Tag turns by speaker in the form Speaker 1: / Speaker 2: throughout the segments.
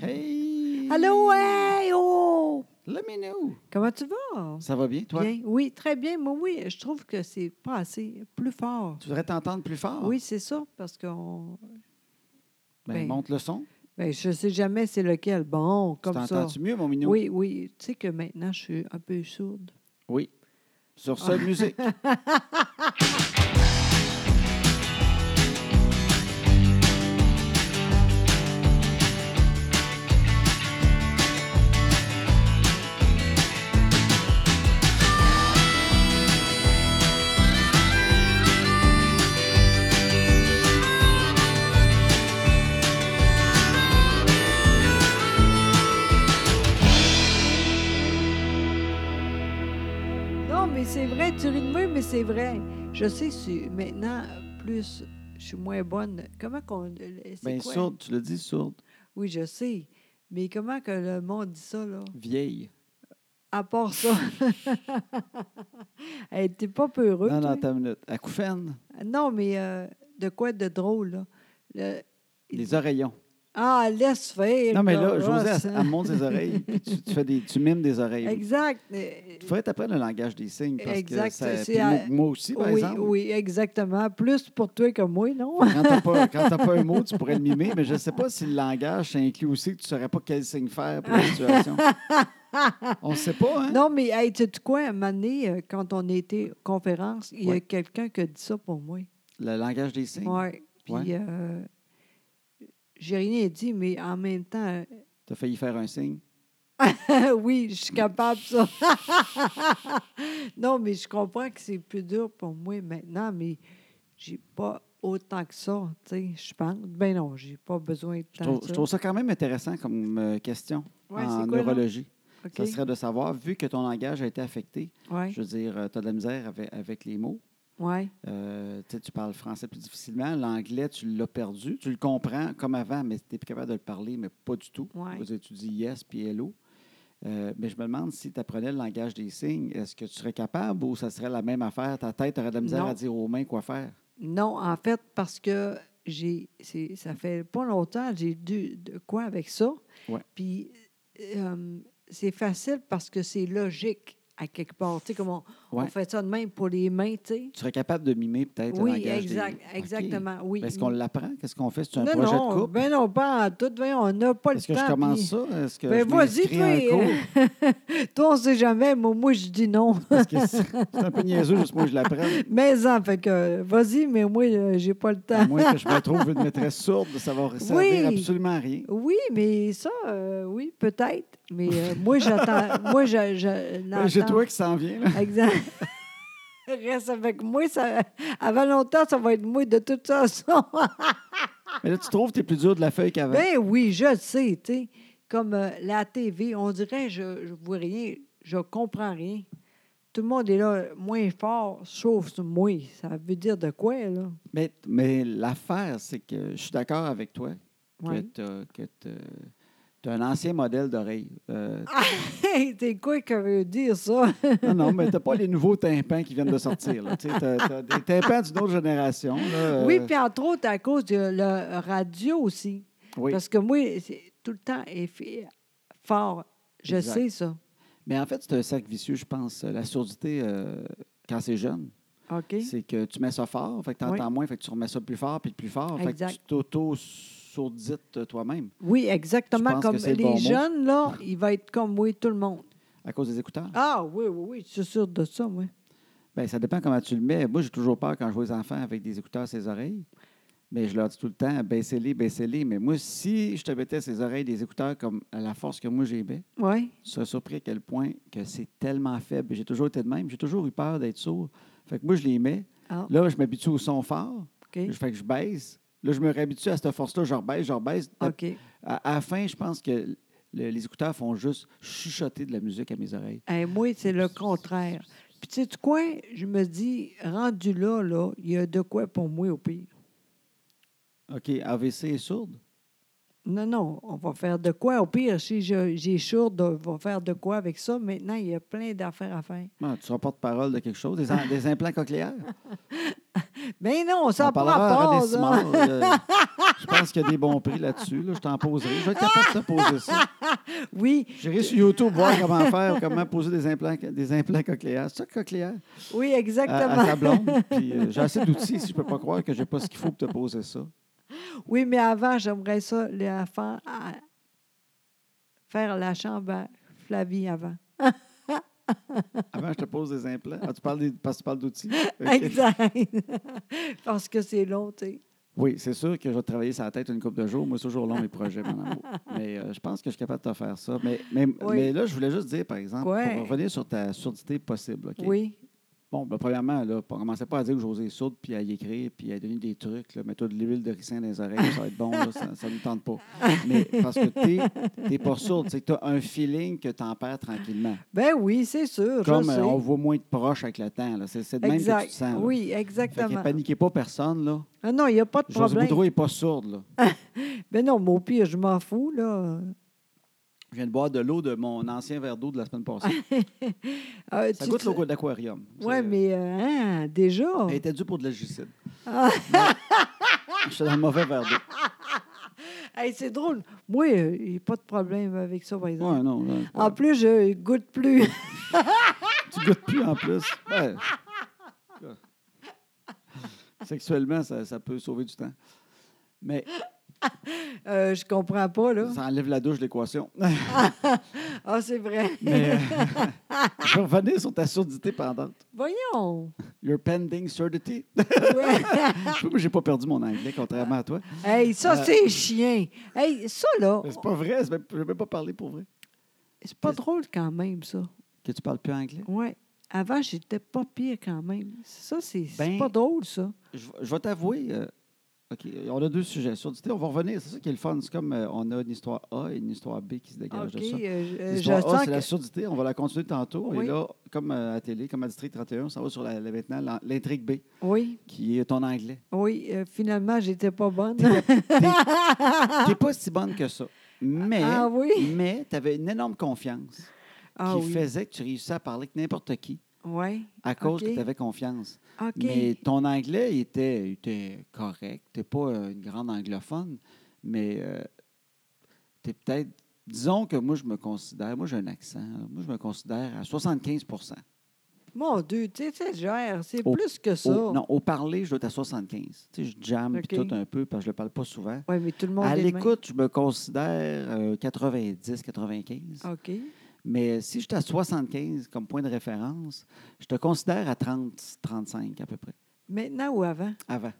Speaker 1: Hey!
Speaker 2: Allô, hey, oh!
Speaker 1: Le minou!
Speaker 2: Comment tu vas?
Speaker 1: Ça va bien, toi?
Speaker 2: Bien. Oui, très bien. Moi, oui, je trouve que c'est pas assez, plus fort.
Speaker 1: Tu voudrais t'entendre plus fort?
Speaker 2: Oui, c'est ça, parce qu'on.
Speaker 1: Ben,
Speaker 2: ben,
Speaker 1: monte le son.
Speaker 2: Ben, je sais jamais c'est lequel. Bon,
Speaker 1: Tu
Speaker 2: comme ça.
Speaker 1: t'entends-tu mieux, mon minou?
Speaker 2: Oui, oui. Tu sais que maintenant, je suis un peu sourde.
Speaker 1: Oui. Sur
Speaker 2: Ah.
Speaker 1: ce, musique. Ben,
Speaker 2: Non, mais c'est vrai, tu ris de moi, mais c'est vrai. Je sais, c'est maintenant, plus, je suis moins bonne. Comment qu'on. euh, c'est
Speaker 1: Bien
Speaker 2: quoi?
Speaker 1: Ben, sourde, tu le dis sourde.
Speaker 2: Oui, je sais. Mais comment que le monde dit ça, là?
Speaker 1: Vieille.
Speaker 2: À part ça. hey, T'es pas peureux.
Speaker 1: non,
Speaker 2: toi?
Speaker 1: non, ta minute. Acouphène.
Speaker 2: Non, mais euh, de quoi de drôle, là? Le-
Speaker 1: Les oreillons.
Speaker 2: Ah, laisse faire.
Speaker 1: Non, mais là,
Speaker 2: Carlos,
Speaker 1: José, elle,
Speaker 2: hein.
Speaker 1: elle monte ses oreilles. Puis tu, tu fais des, tu mimes des oreilles.
Speaker 2: Exact. mais-
Speaker 1: Il faudrait t'apprendre le langage des signes. Parce
Speaker 2: Exact,
Speaker 1: Que ça,
Speaker 2: c'est-
Speaker 1: puis
Speaker 2: à-
Speaker 1: moi, moi aussi, par
Speaker 2: oui,
Speaker 1: exemple.
Speaker 2: oui, exactement. Plus pour toi que moi, non?
Speaker 1: Quand t'as pas, quand t'as pas un mot, tu pourrais le mimer, mais je ne sais pas si le langage, ça inclut aussi que tu ne saurais pas quel signe faire pour la situation. On ne sait pas, hein?
Speaker 2: Non, mais hey, tu sais quoi, à un moment donné, euh, quand on était conférence, il y a
Speaker 1: Ouais.
Speaker 2: quelqu'un qui a dit ça pour moi.
Speaker 1: Le langage des signes.
Speaker 2: Oui. Puis
Speaker 1: Ouais.
Speaker 2: euh, j'ai rien dit, mais en même temps,
Speaker 1: Tu as failli faire un signe.
Speaker 2: euh, oui, je suis capable ça. non, mais je comprends que c'est plus dur pour moi maintenant, mais j'ai pas autant que ça, tu sais, je pense. Ben non, j'ai pas besoin de
Speaker 1: Je
Speaker 2: tant
Speaker 1: trouve,
Speaker 2: que
Speaker 1: je
Speaker 2: ça.
Speaker 1: trouve ça quand même intéressant comme euh, question
Speaker 2: Ouais,
Speaker 1: en
Speaker 2: c'est quoi, là?
Speaker 1: neurologie.
Speaker 2: OK.
Speaker 1: Ça serait de savoir, vu que ton langage a été affecté,
Speaker 2: Ouais,
Speaker 1: je veux dire, tu as de la misère avec, avec les mots.
Speaker 2: ouais.
Speaker 1: Euh, tu sais, tu parles français plus difficilement. L'anglais, tu l'as perdu. Tu le comprends comme avant, mais tu n'es plus capable de le parler, mais pas du tout.
Speaker 2: Ouais.
Speaker 1: Je veux dire, tu dis yes puis hello. Euh, mais je me demande si tu apprenais le langage des signes, est-ce que tu serais capable ou ça serait la même affaire? Ta tête aurait de la misère
Speaker 2: Non.
Speaker 1: à dire aux mains quoi faire.
Speaker 2: Non, en fait, parce que j'ai, c'est- ça fait pas longtemps, j'ai dû de quoi avec ça.
Speaker 1: Ouais.
Speaker 2: Puis euh, c'est facile parce que c'est logique à quelque part. Tu sais, comme on, on
Speaker 1: Ouais.
Speaker 2: fait ça de même pour les mains, tu sais.
Speaker 1: Tu serais capable de mimer peut-être le
Speaker 2: Oui,
Speaker 1: langage des-
Speaker 2: exact,
Speaker 1: OK.
Speaker 2: exactement. Oui.
Speaker 1: Ben, Est-ce qu'on l'apprend? Qu'est-ce qu'on fait? C'est un
Speaker 2: non,
Speaker 1: projet
Speaker 2: non,
Speaker 1: de couple?
Speaker 2: Ben non, pas en tout. Voyons, on n'a pas le
Speaker 1: Est-ce que
Speaker 2: temps.
Speaker 1: je commence
Speaker 2: puis-
Speaker 1: ça? Est-ce que
Speaker 2: Ben,
Speaker 1: je
Speaker 2: vas-y,
Speaker 1: m'inscris à un
Speaker 2: toi.
Speaker 1: cours?
Speaker 2: Toi, on sait jamais, mais moi, je dis non.
Speaker 1: Parce que c'est c'est un peu niaiseux, juste moi, je l'apprends.
Speaker 2: mais ça fait que, vas-y, mais moi, euh, j'ai pas le
Speaker 1: À
Speaker 2: temps.
Speaker 1: moins que je me trouve une maîtresse sourde, ça va servir
Speaker 2: Oui.
Speaker 1: absolument à rien.
Speaker 2: Oui, mais ça, euh, oui, peut-être. Mais euh, moi, j'attends. moi, je. je
Speaker 1: Ben, J'ai
Speaker 2: l'entends.
Speaker 1: toi qui s'en vient. Là.
Speaker 2: Exact. Reste avec moi. Ça, avant longtemps, ça va être moi de toute façon.
Speaker 1: Mais là, tu trouves que tu es plus dur de la feuille qu'avant.
Speaker 2: ben oui, je le sais, tu sais. Comme euh, la TV, on dirait, je ne vois rien, je comprends rien. Tout le monde est là moins fort, sauf moi. Ça veut dire de quoi, là?
Speaker 1: Mais, mais l'affaire, c'est que je suis d'accord avec toi
Speaker 2: Ouais.
Speaker 1: que tu as, un ancien modèle d'oreille. Euh,
Speaker 2: Hey, t'es quoi que veut dire ça?
Speaker 1: non, non, mais tu pas les nouveaux tympans qui viennent de sortir. Tu as, des tympans d'une autre génération. là.
Speaker 2: Oui,
Speaker 1: Euh,
Speaker 2: puis entre autres, à cause de la radio aussi.
Speaker 1: oui.
Speaker 2: Parce que moi, c'est tout le temps effet fort. Je
Speaker 1: Exact.
Speaker 2: sais ça.
Speaker 1: Mais en fait, c'est un cercle vicieux, je pense. La surdité, euh, quand c'est jeune,
Speaker 2: OK?
Speaker 1: c'est que tu mets ça fort, fait que tu entends moins, fait que tu remets ça plus fort, puis plus fort, fait que
Speaker 2: Exact.
Speaker 1: tu t'auto-sourdites toi-même
Speaker 2: Oui,
Speaker 1: Je
Speaker 2: exactement.
Speaker 1: pense que
Speaker 2: Comme
Speaker 1: c'est le
Speaker 2: les
Speaker 1: bon mot.
Speaker 2: jeunes, là, ils vont être comme oui, tout le monde.
Speaker 1: à cause des écouteurs.
Speaker 2: Ah oui, oui, oui, je suis sûre de ça, moi.
Speaker 1: Bien, ça dépend comment tu le mets. Moi, j'ai toujours peur quand je vois les enfants avec des écouteurs à ses oreilles. Mais je leur dis tout le temps, baissez-les, baissez-les. Mais moi, si je te mettais ses oreilles des écouteurs comme à la force que moi j'ai mis,
Speaker 2: Oui.
Speaker 1: tu serais surpris à quel point que c'est tellement faible. J'ai toujours été de même. J'ai toujours eu peur d'être sourd. Fait que moi, je les mets.
Speaker 2: Ah,
Speaker 1: Là, je m'habitue au son fort.
Speaker 2: OK.
Speaker 1: Je Fait que je baisse. Là, je me réhabitue à cette force-là. Je rebaisse, je rebaisse.
Speaker 2: OK.
Speaker 1: À, à la fin, je pense que le- les écouteurs font juste chuchoter de la musique à mes oreilles.
Speaker 2: Eh, moi, c'est le contraire. Puis, tu sais tu quoi? Je me dis, rendu là, là, il y a de quoi pour moi au pire.
Speaker 1: OK, AVC est sourde?
Speaker 2: Non, non, on va faire de quoi. Au pire, si je- j'ai sourde, on va faire de quoi avec ça. Maintenant, il y a plein d'affaires à faire.
Speaker 1: Ah, tu seras porte-parole de quelque chose, des, im- des implants cochléaires.
Speaker 2: Mais Ben non, ça
Speaker 1: On
Speaker 2: n'a pas
Speaker 1: parlera à René
Speaker 2: rapport. là.
Speaker 1: Simard, euh, je pense qu'il y a des bons prix là-dessus. là. je t'en poserai. Je vais être capable de te poser ça.
Speaker 2: Oui,
Speaker 1: J'irai sur YouTube voir comment faire, comment poser des implants, des implants cochléaires. C'est ça, cochléaire?
Speaker 2: oui,
Speaker 1: À,
Speaker 2: exactement.
Speaker 1: à ta blonde. Puis, euh, j'ai assez d'outils si je peux pas croire que j'ai pas ce qu'il faut pour te poser ça.
Speaker 2: Oui, mais avant, j'aimerais ça, les enfants, à- faire la chambre à Flavie avant.
Speaker 1: Avant, je te pose des implants. Ah, tu parles des- parce que tu parles d'outils. OK.
Speaker 2: Exact. Parce que c'est long, tu sais.
Speaker 1: Oui, c'est sûr que je vais travailler sa tête une couple de jours. Moi, c'est toujours long mes projets, mon amour. Mais euh, je pense que je suis capable de te faire ça. Mais, mais,
Speaker 2: Oui.
Speaker 1: mais là, je voulais juste dire, par exemple,
Speaker 2: Ouais.
Speaker 1: pour revenir sur ta surdité possible. OK?
Speaker 2: Oui.
Speaker 1: Bon, ben, premièrement, là, on ne commençait pas à dire que José est sourde, puis à y écrire, puis à donner des trucs. Là, Mets-toi de l'huile de ricin dans les oreilles, ça va être bon, là, ça ne nous tente pas. Mais parce que tu n'es pas sourde, c'est que tu as un feeling que tu en perds tranquillement.
Speaker 2: Ben oui, c'est sûr.
Speaker 1: Comme
Speaker 2: je
Speaker 1: euh,
Speaker 2: sais.
Speaker 1: on voit moins de proches avec le temps. là. C'est c'est de même que
Speaker 2: exact.
Speaker 1: tu te sens. là.
Speaker 2: oui,
Speaker 1: Fait que
Speaker 2: exactement.
Speaker 1: paniquez pas personne. Là.
Speaker 2: Ah non, il n'y a pas de
Speaker 1: José
Speaker 2: problème.
Speaker 1: Boudreau n'est pas sourde. Là.
Speaker 2: Ben non, mais au pire, je m'en fous, là.
Speaker 1: Je viens de boire de l'eau de mon ancien verre d'eau de la semaine passée.
Speaker 2: Euh,
Speaker 1: Ça
Speaker 2: Ah, tu
Speaker 1: goûte
Speaker 2: te-
Speaker 1: l'eau de l'aquarium.
Speaker 2: Oui,
Speaker 1: C'est-
Speaker 2: mais euh, hein, déjà.
Speaker 1: Elle était due pour de l'algicide.
Speaker 2: Ah.
Speaker 1: Je suis dans le mauvais verre d'eau.
Speaker 2: Hey, c'est drôle. Moi, euh, il n'y a pas de problème avec ça, par exemple.
Speaker 1: Ouais, non. là,
Speaker 2: En plus, je goûte plus.
Speaker 1: Tu goûtes plus en plus. Ouais. Sexuellement, ça, ça peut sauver du temps. Mais
Speaker 2: Euh, je comprends pas, là.
Speaker 1: ça enlève la douche de l'équation.
Speaker 2: Ah, c'est vrai.
Speaker 1: Mais euh, je vais revenir sur ta surdité pendante.
Speaker 2: Voyons.
Speaker 1: Your pending surdity.
Speaker 2: Ouais.
Speaker 1: Je n'ai pas perdu mon anglais, contrairement à toi.
Speaker 2: hey, ça,
Speaker 1: Euh,
Speaker 2: c'est chien. Hey, ça, là,
Speaker 1: Mais C'est pas vrai, je n'ai même pas parlé pour vrai.
Speaker 2: c'est pas drôle quand même, ça.
Speaker 1: Que tu parles plus anglais?
Speaker 2: Ouais. Avant, j'étais pas pire quand même. Ça, c'est c'est
Speaker 1: Ben-
Speaker 2: pas drôle, ça.
Speaker 1: Je, je vais t'avouer. euh, OK, on a deux sujets. Surdité, on va revenir. C'est ça qui est le fun. C'est comme euh, on a une histoire A et une histoire B qui se dégage
Speaker 2: OK.
Speaker 1: de ça.
Speaker 2: euh, je- euh, je
Speaker 1: L'histoire A,
Speaker 2: sens
Speaker 1: ah, c'est la
Speaker 2: que-
Speaker 1: surdité. On va la continuer tantôt.
Speaker 2: Oui.
Speaker 1: Et là, comme euh, à télé, comme à District 31, ça va sur la, la- maintenant l'en- l'intrigue B,
Speaker 2: Oui,
Speaker 1: qui est ton anglais.
Speaker 2: oui. euh, finalement, j'étais pas bonne.
Speaker 1: Hein? T'es pas si bonne que ça. Mais,
Speaker 2: Ah oui?
Speaker 1: mais tu avais une énorme confiance
Speaker 2: ah
Speaker 1: qui
Speaker 2: oui.
Speaker 1: faisait que tu réussissais à parler avec n'importe qui
Speaker 2: Oui.
Speaker 1: à cause
Speaker 2: OK.
Speaker 1: que tu avais confiance.
Speaker 2: OK.
Speaker 1: Mais ton anglais il était, il était correct. Tu n'es pas euh, une grande anglophone, mais tu es peut-être. Disons que moi, je me considère. Moi, j'ai un accent. là. Moi, je me considère à 75
Speaker 2: Mon Dieu, tu sais, tu gères. C'est
Speaker 1: Au-
Speaker 2: plus que ça.
Speaker 1: Au- Oh, non, au parler, je dois être à 75. Tu sais, je jamme puis
Speaker 2: OK.
Speaker 1: tout un peu parce que je ne le parle pas souvent.
Speaker 2: Oui, mais tout le monde
Speaker 1: À
Speaker 2: est de même.
Speaker 1: l'écoute, je me considère 90-95.
Speaker 2: OK.
Speaker 1: Mais si je suis à 75 comme point de référence, je te considère à 30-35 à peu près,
Speaker 2: Maintenant ou avant?
Speaker 1: avant.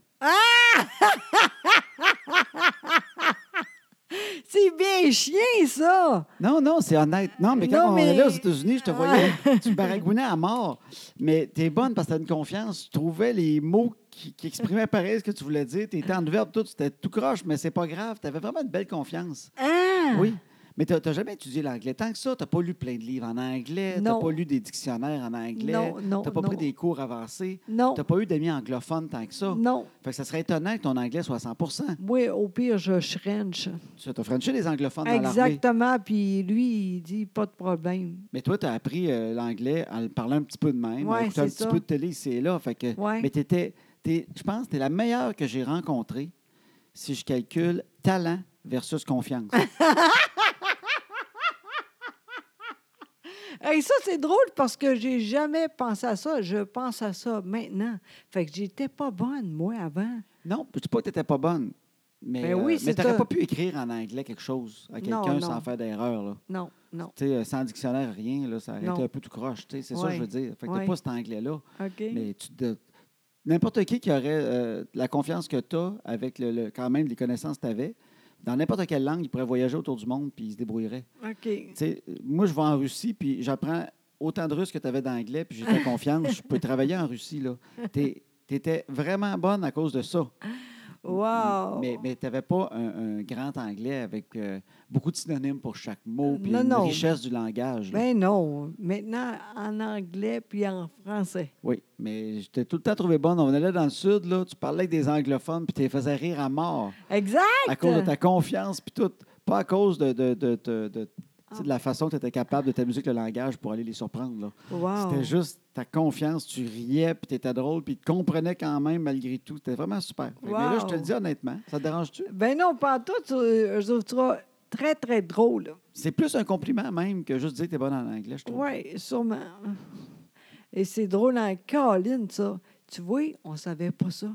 Speaker 2: C'est bien chien, ça!
Speaker 1: Non, non, c'est honnête. Non, mais quand
Speaker 2: Non,
Speaker 1: on
Speaker 2: mais- Ah.
Speaker 1: est là aux États-Unis, je te voyais, tu baragouinais à mort. Mais tu es bonne parce que tu une confiance. Tu trouvais les mots qui, qui exprimaient pareil ce que tu voulais dire. Tu étais en verbe, tout, c'était tout croche, mais c'est pas grave. Tu avais vraiment une belle confiance.
Speaker 2: Ah!
Speaker 1: Oui. Mais tu n'as jamais étudié l'anglais. Tant que ça, tu n'as pas lu plein de livres en anglais, tu n'as
Speaker 2: Non.
Speaker 1: pas lu des dictionnaires en anglais,
Speaker 2: Non,
Speaker 1: tu
Speaker 2: non,
Speaker 1: n'as pas
Speaker 2: non.
Speaker 1: pris des cours avancés,
Speaker 2: Non,
Speaker 1: tu n'as pas eu d'amis anglophones tant que ça.
Speaker 2: non.
Speaker 1: Fait que ça serait étonnant que ton anglais soit à 100
Speaker 2: Moi, au pire, je shrench.
Speaker 1: Tu as franchi les anglophones dans l'armée.
Speaker 2: Exactement. Puis lui, il dit pas de problème.
Speaker 1: Mais toi, tu as appris euh, l'anglais en le parlant un petit peu de même, en
Speaker 2: Ouais,
Speaker 1: écoutant un
Speaker 2: c'est
Speaker 1: petit
Speaker 2: ça.
Speaker 1: peu de télé ici et là. Fait que,
Speaker 2: Ouais.
Speaker 1: Mais t'étais- t'es- je pense que tu es la meilleure que j'ai rencontrée si je calcule talent versus confiance.
Speaker 2: Et ça, c'est drôle parce que j'ai jamais pensé à ça. Je pense à ça maintenant. Fait que j'étais pas bonne, moi, avant.
Speaker 1: non, je ne dis pas que tu n'étais pas bonne. Mais,
Speaker 2: Ben oui, c'est
Speaker 1: tu n'aurais
Speaker 2: ça.
Speaker 1: pas pu écrire en anglais quelque chose à
Speaker 2: Non,
Speaker 1: quelqu'un
Speaker 2: non.
Speaker 1: sans faire d'erreur. là.
Speaker 2: Non, non.
Speaker 1: Tu sais, euh, sans dictionnaire, rien, là, ça aurait
Speaker 2: Non.
Speaker 1: été un peu tout croche. tu sais, C'est ça que je
Speaker 2: Ouais.
Speaker 1: veux dire. Fait que t'as
Speaker 2: Ouais.
Speaker 1: pas cet anglais-là.
Speaker 2: OK.
Speaker 1: Mais tu te- n'importe qui qui aurait euh, la confiance que tu as avec le, le- quand même les connaissances que tu avais, dans n'importe quelle langue, il pourrait voyager autour du monde puis il se débrouillerait.
Speaker 2: OK.
Speaker 1: Tu sais, euh, moi, je vais en Russie puis j'apprends autant de russe que tu avais d'anglais puis j'ai ta confiance. Je peux travailler en Russie. là. Tu étais vraiment bonne à cause de ça.
Speaker 2: Wow!
Speaker 1: Mais, tu n'avais pas un, un grand anglais avec euh, beaucoup de synonymes pour chaque mot puis
Speaker 2: Euh, Non,
Speaker 1: une
Speaker 2: non.
Speaker 1: richesse du langage. là.
Speaker 2: Ben non. Maintenant, en anglais puis en français.
Speaker 1: Oui, mais je t'ai tout le temps trouvé bonne. On allait dans le sud, là, tu parlais avec des anglophones, puis tu les faisais rire à mort
Speaker 2: Exact!
Speaker 1: à cause de ta confiance, puis tout. Pas à cause de, de, de- de- de- Tu
Speaker 2: Ah.
Speaker 1: sais, de la façon que tu étais capable de t'amuser avec le langage pour aller les surprendre. là.
Speaker 2: Wow.
Speaker 1: C'était juste ta confiance, tu riais, puis tu étais drôle, puis tu comprenais quand même malgré tout. C'était vraiment super. Fait que- Mais là, je te le
Speaker 2: Wow.
Speaker 1: dis honnêtement, ça te dérange-tu?
Speaker 2: Ben non, pas tout. euh, Je trouve ça très, très drôle.
Speaker 1: C'est plus un compliment même que juste dire que tu es bonne en anglais, je trouve.
Speaker 2: Oui, sûrement. Et c'est drôle en Caroline, ça. Tu vois, on savait pas ça.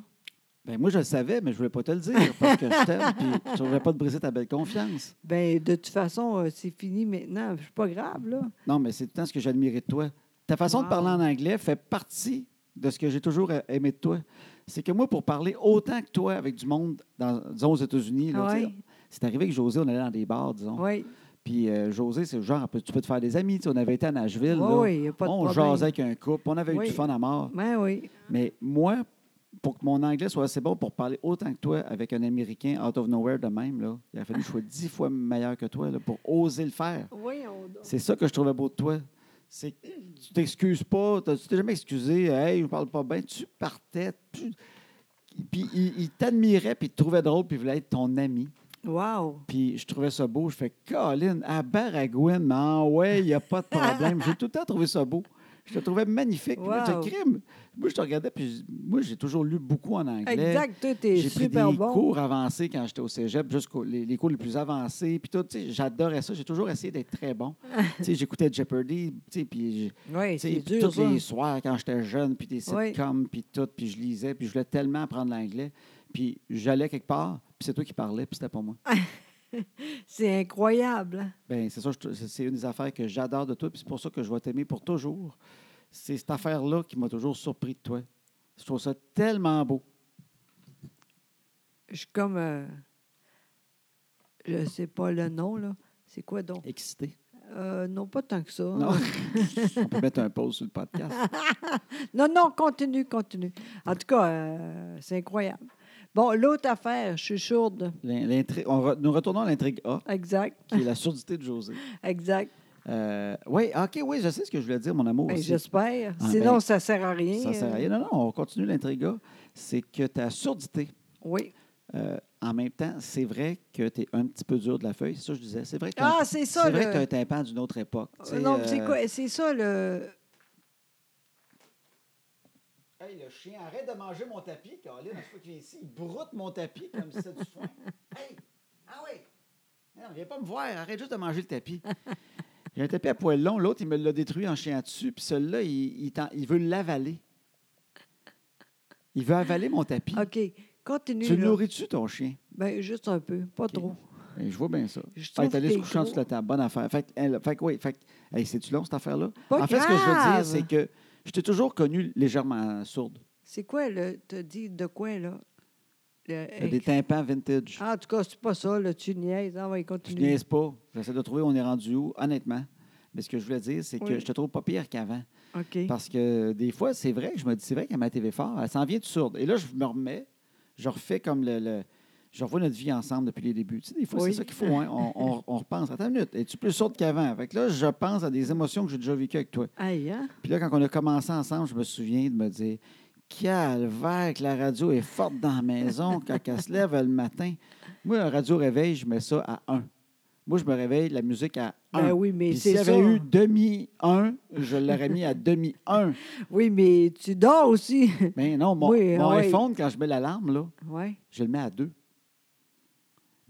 Speaker 1: Ben, moi, je le savais, mais je voulais pas te le dire parce que je t'aime, puis je ne voulais pas te briser ta belle confiance.
Speaker 2: Ben, de toute façon, euh, c'est fini maintenant. C'est pas grave, là.
Speaker 1: Non, mais c'est tout le temps ce que j'admirais de toi. Ta façon de
Speaker 2: Wow.
Speaker 1: parler en anglais fait partie de ce que j'ai toujours a- aimé de toi. C'est que moi, pour parler autant que toi avec du monde, dans, disons aux États-Unis, là,
Speaker 2: Ah
Speaker 1: tu sais,
Speaker 2: ouais.
Speaker 1: c'est arrivé que José, on allait dans des bars, disons.
Speaker 2: Oui,
Speaker 1: Puis euh, José, c'est le genre, on peut- tu peux te faire des amis. tu sais, on avait été à Nashville. là.
Speaker 2: oui, il n'y a pas de
Speaker 1: on
Speaker 2: problème.
Speaker 1: jasait avec un couple. On avait eu
Speaker 2: Oui.
Speaker 1: du fun à mort.
Speaker 2: Ben oui.
Speaker 1: Mais moi, pour que mon anglais soit assez bon pour parler autant que toi avec un Américain out of nowhere de même, là, il a fallu que je sois dix fois meilleur que toi là, pour oser le faire.
Speaker 2: Oui, on dort.
Speaker 1: C'est ça que je trouvais beau de toi. C'est que tu t'excuses pas, t'as- tu t'es jamais excusé, hey, je parle pas bien, tu partais. tu- Puis il, il t'admirait, puis il te trouvait drôle, puis il voulait être ton ami.
Speaker 2: Wow.
Speaker 1: Puis je trouvais ça beau. Je fais Colin, à Baragouin, mais ah ouais, il n'y a pas de problème. j'ai tout le temps trouvé ça beau. Je te trouvais magnifique. Puis là,
Speaker 2: Wow.
Speaker 1: je disais, crime. Moi, je te regardais, puis je- moi, j'ai toujours lu beaucoup en anglais.
Speaker 2: Exact, toi, t'es
Speaker 1: J'ai pris des
Speaker 2: super bon.
Speaker 1: cours avancés quand j'étais au cégep, jusqu'aux les, les cours les plus avancés. Puis tout, tu sais, j'adorais ça. J'ai toujours essayé d'être très bon. Tu sais, j'écoutais Jeopardy, tu sais, puis
Speaker 2: Oui,
Speaker 1: tu sais,
Speaker 2: c'est
Speaker 1: puis
Speaker 2: dur,
Speaker 1: tous
Speaker 2: ça.
Speaker 1: les soirs quand j'étais jeune, puis des
Speaker 2: Oui.
Speaker 1: sitcoms, puis tout, puis je lisais, puis je voulais tellement apprendre l'anglais. Puis j'allais quelque part, puis c'est toi qui parlais, puis c'était pas moi.
Speaker 2: Ah. C'est incroyable. hein.
Speaker 1: Ben, c'est ça, je te- c'est c'est une des affaires que j'adore de toi, puis c'est pour ça que je vais t'aimer pour toujours. C'est cette affaire-là qui m'a toujours surpris de toi. Je trouve ça tellement beau.
Speaker 2: Je suis comme... euh, je sais pas le nom, là. C'est quoi donc?
Speaker 1: Excité.
Speaker 2: Euh, non, pas tant que ça.
Speaker 1: Non. On peut mettre un pause sur le podcast.
Speaker 2: Non, non, continue, continue. En tout cas, euh, c'est incroyable. Bon, l'autre affaire, je suis sourde.
Speaker 1: L'in- l'intrigue- on re- nous retournons à l'intrigue A,
Speaker 2: Exact,
Speaker 1: qui est la surdité de José.
Speaker 2: exact.
Speaker 1: Euh, oui, OK, oui, je sais ce que je voulais dire, mon amour.
Speaker 2: Ben,
Speaker 1: aussi.
Speaker 2: J'espère.
Speaker 1: Ah,
Speaker 2: Sinon,
Speaker 1: ben,
Speaker 2: ça ne sert à rien.
Speaker 1: Ça sert à rien. Non, non, on continue l'intrigue A. C'est que ta surdité,
Speaker 2: Oui.
Speaker 1: euh, en même temps, c'est vrai que tu es un petit peu dur de la feuille. C'est ça que je disais. C'est vrai que tu
Speaker 2: Ah, c'est ça.
Speaker 1: vrai
Speaker 2: le- Oh,
Speaker 1: que t'as un tympan d'une autre époque. tu sais,
Speaker 2: non, c'est
Speaker 1: euh,
Speaker 2: quoi? C'est ça le.
Speaker 1: Hey, le chien, arrête de manger mon tapis, Caroline. À chaque fois qu'il vient ici, il broute mon tapis comme si c'était du foin. Hey! Ah oui! Non, viens pas me voir. Arrête juste de manger le tapis. J'ai un tapis à poil long. L'autre, il me l'a détruit en chien dessus. Puis celui-là, il, il t'en- il veut l'avaler. Il veut avaler mon tapis.
Speaker 2: OK. Continue.
Speaker 1: Tu le
Speaker 2: là.
Speaker 1: nourris-tu, ton chien?
Speaker 2: Ben, juste un peu, pas trop.
Speaker 1: Ben, je vois bien ça.
Speaker 2: Je
Speaker 1: Fait
Speaker 2: trouve
Speaker 1: que t'allais
Speaker 2: que
Speaker 1: se
Speaker 2: t'es
Speaker 1: coucher en dessous de
Speaker 2: gros.
Speaker 1: la table. Bonne affaire. Fait que, elle- fait que, oui, fait que- hey, c'est-tu long, cette affaire-là?
Speaker 2: Pas
Speaker 1: en fait, ce que je veux dire,
Speaker 2: grave.
Speaker 1: c'est que je t'ai toujours connue légèrement sourde.
Speaker 2: C'est quoi le. Tu dit de quoi, là? Le-
Speaker 1: T'as des tympans vintage.
Speaker 2: Ah, en tout cas, c'est pas ça, là. Tu niaises. Ah, ouais,
Speaker 1: Je
Speaker 2: continue.
Speaker 1: niaise pas. J'essaie de trouver où on est rendu où, honnêtement. Mais ce que je voulais dire, c'est que
Speaker 2: Oui.
Speaker 1: je te trouve pas pire qu'avant.
Speaker 2: OK.
Speaker 1: Parce que des fois, c'est vrai que je me dis, c'est vrai qu'à ma TV fort, elle s'en vient de sourde. Et là, je me remets, je refais comme le. le- je revois notre vie ensemble depuis les débuts. Tu sais, des fois,
Speaker 2: Oui.
Speaker 1: c'est ça qu'il faut. hein. On, on- on repense. Attends une minute. Es-tu plus sourde qu'avant? Fait que là, je pense à des émotions que j'ai déjà vécues avec toi.
Speaker 2: Aïe, hein?
Speaker 1: Puis là, quand on a commencé ensemble, je me souviens de me dire Calvaire, que la radio est forte dans la maison quand elle se lève le matin. Moi, un radio réveil, je mets ça à 1. Moi, je me réveille la musique à 1.
Speaker 2: Ben oui, mais
Speaker 1: Ah, Puis s'il y
Speaker 2: c'est
Speaker 1: avait
Speaker 2: ça.
Speaker 1: eu demi-1, je l'aurais mis à demi-1.
Speaker 2: Oui, mais tu dors aussi.
Speaker 1: Mais non, mon,
Speaker 2: Oui,
Speaker 1: mon
Speaker 2: ah oui.
Speaker 1: iPhone, quand je mets l'alarme, là,
Speaker 2: oui.
Speaker 1: je le mets à 2.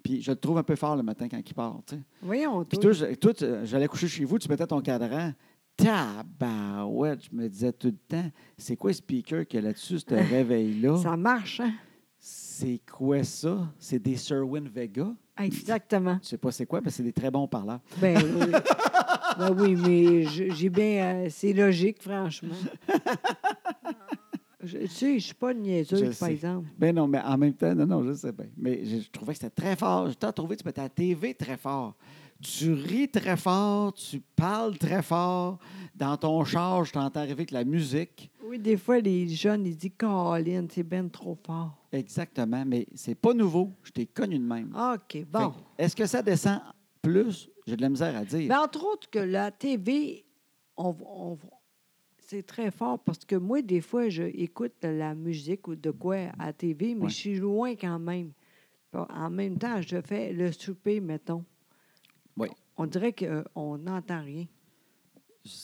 Speaker 1: Puis je le trouve un peu fort le matin quand il part. tu sais.
Speaker 2: Voyons,
Speaker 1: Puis
Speaker 2: toi.
Speaker 1: toi, je- toi, tu- euh, j'allais coucher chez vous, tu mettais ton cadran. Tabarouette, je me disais tout le temps, c'est quoi le speaker qu'il y a là-dessus, ce réveil-là?
Speaker 2: Ça marche, hein?
Speaker 1: C'est quoi ça? C'est des Serwin Vega?
Speaker 2: Exactement.
Speaker 1: Je sais pas c'est quoi, mais c'est des très bons parleurs.
Speaker 2: Ben oui. Ben oui, mais je- j'ai bien. euh, c'est logique, franchement. Je, tu sais, je suis pas
Speaker 1: Je
Speaker 2: niaiseuse, par
Speaker 1: sais.
Speaker 2: exemple.
Speaker 1: Ben non, mais en même temps, non, non, je sais bien. Mais je, je trouvais que c'était très fort. Je t'ai trouvé, tu mettais la TV très fort. Tu ris très fort, tu parles très fort. Dans ton char, je t'entends arriver avec la musique.
Speaker 2: Oui, des fois, les jeunes, ils disent Caroline, c'est ben trop fort.
Speaker 1: Exactement, mais c'est pas nouveau. Je t'ai connu de même.
Speaker 2: Ah, OK, bon.
Speaker 1: Fait que, Est-ce que ça descend plus? J'ai de la misère à dire.
Speaker 2: Mais entre autres, que la TV, on, on- c'est très fort parce que moi, des fois, je écoute de la musique ou de quoi à TV, mais
Speaker 1: Ouais.
Speaker 2: je suis loin quand même. En même temps, je fais le souper, mettons.
Speaker 1: Oui.
Speaker 2: on dirait qu'on n'entend rien.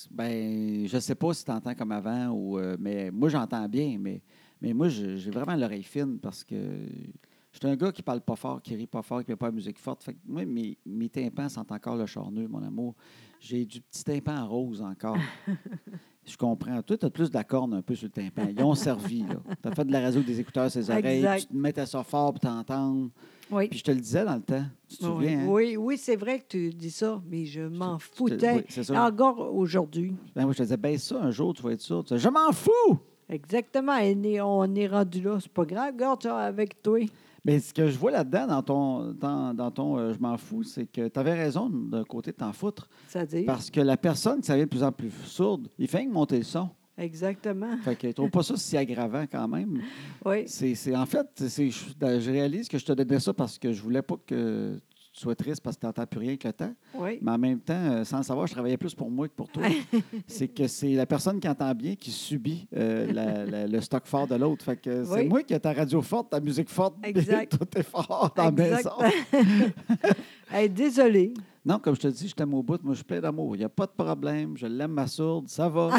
Speaker 1: Ben, je sais pas si tu entends comme avant, ou, euh, mais moi, j'entends bien, mais, mais moi, je- j'ai vraiment l'oreille fine parce que je suis un gars qui parle pas fort, qui rit pas fort, qui fait pas de musique forte. Fait que moi, mes, mes tympans sentent encore le charneux, mon amour. J'ai du petit tympan en rose encore. je comprends. Toi, tu as plus de la corne un peu sur le tympan. Ils ont servi, là. Tu as fait de la radio avec des écouteurs, ses oreilles.
Speaker 2: Exact.
Speaker 1: Tu te mettais ça fort pour t'entendre.
Speaker 2: Oui.
Speaker 1: Puis je te le disais dans le temps. Tu te
Speaker 2: oui,
Speaker 1: souviens, hein?
Speaker 2: oui, oui, c'est vrai que tu dis ça, mais je m'en
Speaker 1: Je te-
Speaker 2: foutais.
Speaker 1: oui, c'est ça.
Speaker 2: Encore aujourd'hui.
Speaker 1: Ben, moi, je te disais, ben ça, un jour, tu vas être sûr. Tu disais, je m'en fous!
Speaker 2: Exactement. Et on est- on est rendu là. C'est pas grave, regarde ça avec toi.
Speaker 1: Mais ce que je vois là-dedans, dans ton, dans, dans ton euh, je m'en fous, c'est que tu avais raison d'un côté de t'en foutre.
Speaker 2: C'est-à-dire.
Speaker 1: Parce que la personne qui s'avère de plus en plus sourde, il fait que monter le son.
Speaker 2: Exactement.
Speaker 1: Fait que je trouve pas ça si aggravant quand même.
Speaker 2: Oui.
Speaker 1: C'est, c'est- en fait, c'est, je, je réalise que je te donnais ça parce que je voulais pas que tu sois triste parce que tu n'entends plus rien que le temps.
Speaker 2: Oui.
Speaker 1: Mais en même temps, euh, sans le savoir, je travaillais plus pour moi que pour toi. c'est que c'est la personne qui entend bien qui subit euh, la- la- le stock fort de l'autre. Fait que c'est
Speaker 2: Oui.
Speaker 1: moi qui ai ta radio forte, ta musique forte,
Speaker 2: Exact.
Speaker 1: tout est fort dans la
Speaker 2: Exact.
Speaker 1: maison.
Speaker 2: Hey, désolée.
Speaker 1: Non, comme je te dis, je t'aime au bout. Moi, je suis plein d'amour. Il n'y a pas de problème. Je l'aime, ma sourde. Ça va.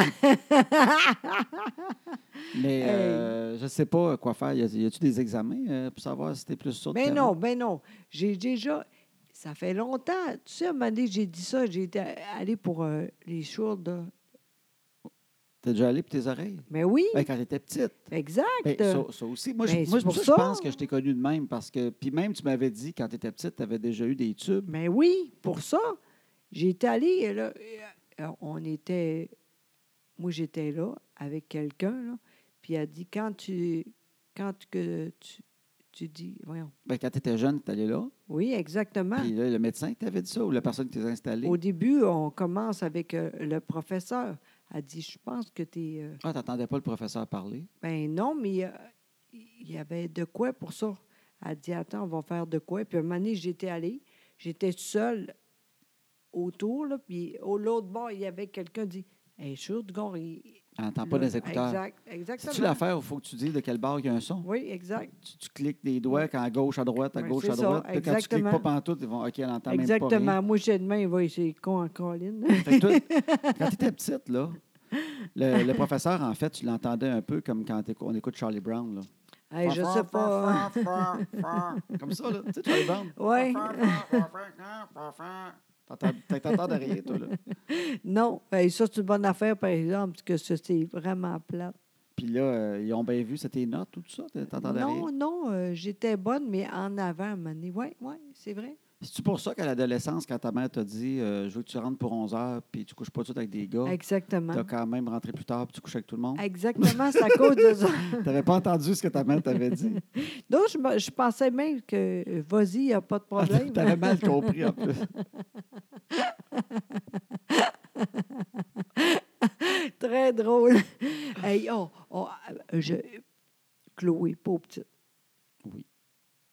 Speaker 1: Mais euh, je ne sais pas quoi faire. Y a- y a-tu des examens euh, pour savoir si tu es plus sourde?
Speaker 2: Mais
Speaker 1: qu'avant?
Speaker 2: Ben non, mais non. J'ai déjà. Ça fait longtemps. Tu sais, à un moment donné, j'ai dit ça. J'ai été allée pour euh, les sourdes.
Speaker 1: T'es déjà allé pour tes oreilles?
Speaker 2: Mais oui,
Speaker 1: Ben, quand t'étais petite.
Speaker 2: exact.
Speaker 1: Ben, ça, ça aussi. Moi, je,
Speaker 2: Ben,
Speaker 1: moi,
Speaker 2: c'est pour
Speaker 1: ça, je
Speaker 2: ça.
Speaker 1: pense que je t'ai connu de même parce que. Puis même, tu m'avais dit quand tu étais petite, tu avais déjà eu des tubes.
Speaker 2: Mais oui, pour ça, j'étais allée. et là, euh, on était. Moi, j'étais là avec quelqu'un, là, puis elle dit quand tu. Quand que tu, tu dis. Voyons.
Speaker 1: Ben, quand tu étais jeune, tu allé là.
Speaker 2: Oui, exactement.
Speaker 1: Puis là, le médecin t'avait dit ça ou la personne qui t'es installée.
Speaker 2: Au début, on commence avec euh, le professeur. Elle dit Je pense que tu es.
Speaker 1: Ah, t'entendais pas le professeur parler.
Speaker 2: Ben non, mais euh, il y avait de quoi pour ça. Elle dit Attends, on va faire de quoi. Puis à un moment donné, j'étais allée, j'étais seule autour, là, puis au l'autre bord, il y avait quelqu'un qui dit Hey, sourde, gars, il-
Speaker 1: T'entends pas
Speaker 2: là,
Speaker 1: des écouteurs.
Speaker 2: Exact,
Speaker 1: C'est-tu
Speaker 2: exactement.
Speaker 1: l'affaire où il faut que tu dises de quelle barre il y a un son?
Speaker 2: Oui, exact.
Speaker 1: Tu, tu cliques des doigts quand à gauche, à droite, à
Speaker 2: Ouais,
Speaker 1: gauche,
Speaker 2: c'est
Speaker 1: à
Speaker 2: ça,
Speaker 1: droite. Puis quand tu cliques
Speaker 2: exactement.
Speaker 1: pas pantoute, ils vont OK, elle entend même pas. rien.
Speaker 2: Exactement. Moi, j'ai demain, il va essayer con hein, en colline.
Speaker 1: Fait que toi, quand tu étais petite, là, le, le professeur, en fait, tu l'entendais un peu comme quand t'écou- on écoute Charlie Brown. Là.
Speaker 2: Hey, je sais pas. hein.
Speaker 1: Comme ça, là. Tu sais, Charlie Brown.
Speaker 2: Ouais.
Speaker 1: T'entends t'entends de rien, toi, là.
Speaker 2: Non. Hey, ça, c'est une bonne affaire, par exemple, parce que ça, c'est vraiment plate.
Speaker 1: Puis là, euh, ils ont bien vu, c'était une note, tout ça. T'entendais rien.
Speaker 2: Non, non, euh, j'étais bonne, mais en avant, à un moment donné. Oui, oui, c'est vrai.
Speaker 1: C'est-tu pour ça qu'à l'adolescence, quand ta mère t'a dit euh, Je veux que tu rentres pour 11 heures, puis tu couches pas tout de suite avec des gars,
Speaker 2: Exactement.
Speaker 1: Oh. t'as quand même rentré plus tard, puis tu couches avec tout le monde?
Speaker 2: Exactement, c'est à cause de ça.
Speaker 1: T'avais pas entendu ce que ta mère t'avait dit.
Speaker 2: Donc, je, me- je pensais même que euh, vas-y, il n'y a pas de problème.
Speaker 1: T'avais mal compris, en plus.
Speaker 2: Très drôle. Hey, on- on- euh, je, Chloé, pauvre petite.
Speaker 1: Oui.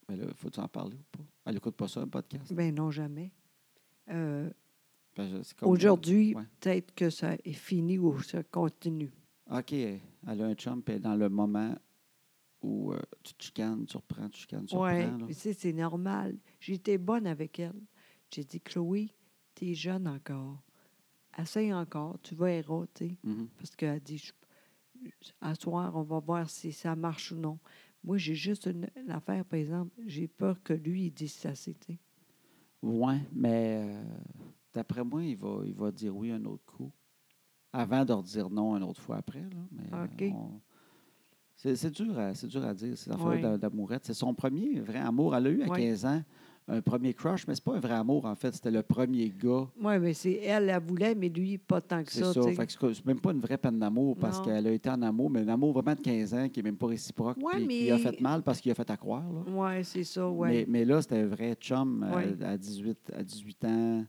Speaker 1: Mais là, faut-tu en parler ou pas? Elle écoute pas ça, un podcast.
Speaker 2: Ben non, jamais. Euh,
Speaker 1: Ben, je- c'est comme-
Speaker 2: Aujourd'hui,
Speaker 1: Ouais.
Speaker 2: peut-être que ça est fini ou ça continue.
Speaker 1: Euh, OK, elle a un chum, puis elle est dans le moment où euh, tu te chicanes, tu reprends, tu chicanes, tu
Speaker 2: Oui,
Speaker 1: reprends. là.
Speaker 2: c'est c'est normal. J'étais bonne avec elle. J'ai dit, Chloé, t'es jeune encore. Essaye encore, tu verras, tu sais.
Speaker 1: Mhm.
Speaker 2: Parce qu'elle dit, je- à soir, on va voir si ça marche ou non. Moi, j'ai juste une, une affaire, par exemple, j'ai peur que lui, il dise ça, c'est, tu sais.
Speaker 1: Ouais, mais euh, d'après moi, il va, il va dire oui un autre coup. Avant de redire non une autre fois après. Là, mais euh,
Speaker 2: OK.
Speaker 1: on- c'est, c'est dur à, c'est dur à dire, cette affaire
Speaker 2: Ouais.
Speaker 1: d'amourette. C'est son premier vrai amour. Elle a eu à
Speaker 2: Ouais.
Speaker 1: 15 ans un premier crush, mais c'est pas un vrai amour, en fait. C'était le premier gars.
Speaker 2: Oui, mais c'est elle, elle voulait, mais lui, pas tant que
Speaker 1: C'est
Speaker 2: ça,
Speaker 1: ça.
Speaker 2: tu sais.
Speaker 1: Fait que c'est c'est même pas une vraie peine d'amour parce
Speaker 2: Non.
Speaker 1: qu'elle a été en amour, mais un amour vraiment de 15 ans qui est même pas réciproque.
Speaker 2: Ouais,
Speaker 1: puis qui a
Speaker 2: mais-
Speaker 1: fait mal parce qu'il a fait à croire. là.
Speaker 2: Oui, c'est ça,
Speaker 1: Mais,
Speaker 2: oui.
Speaker 1: mais là, c'était un vrai chum euh,
Speaker 2: Ouais.
Speaker 1: à, 18, à 18 ans.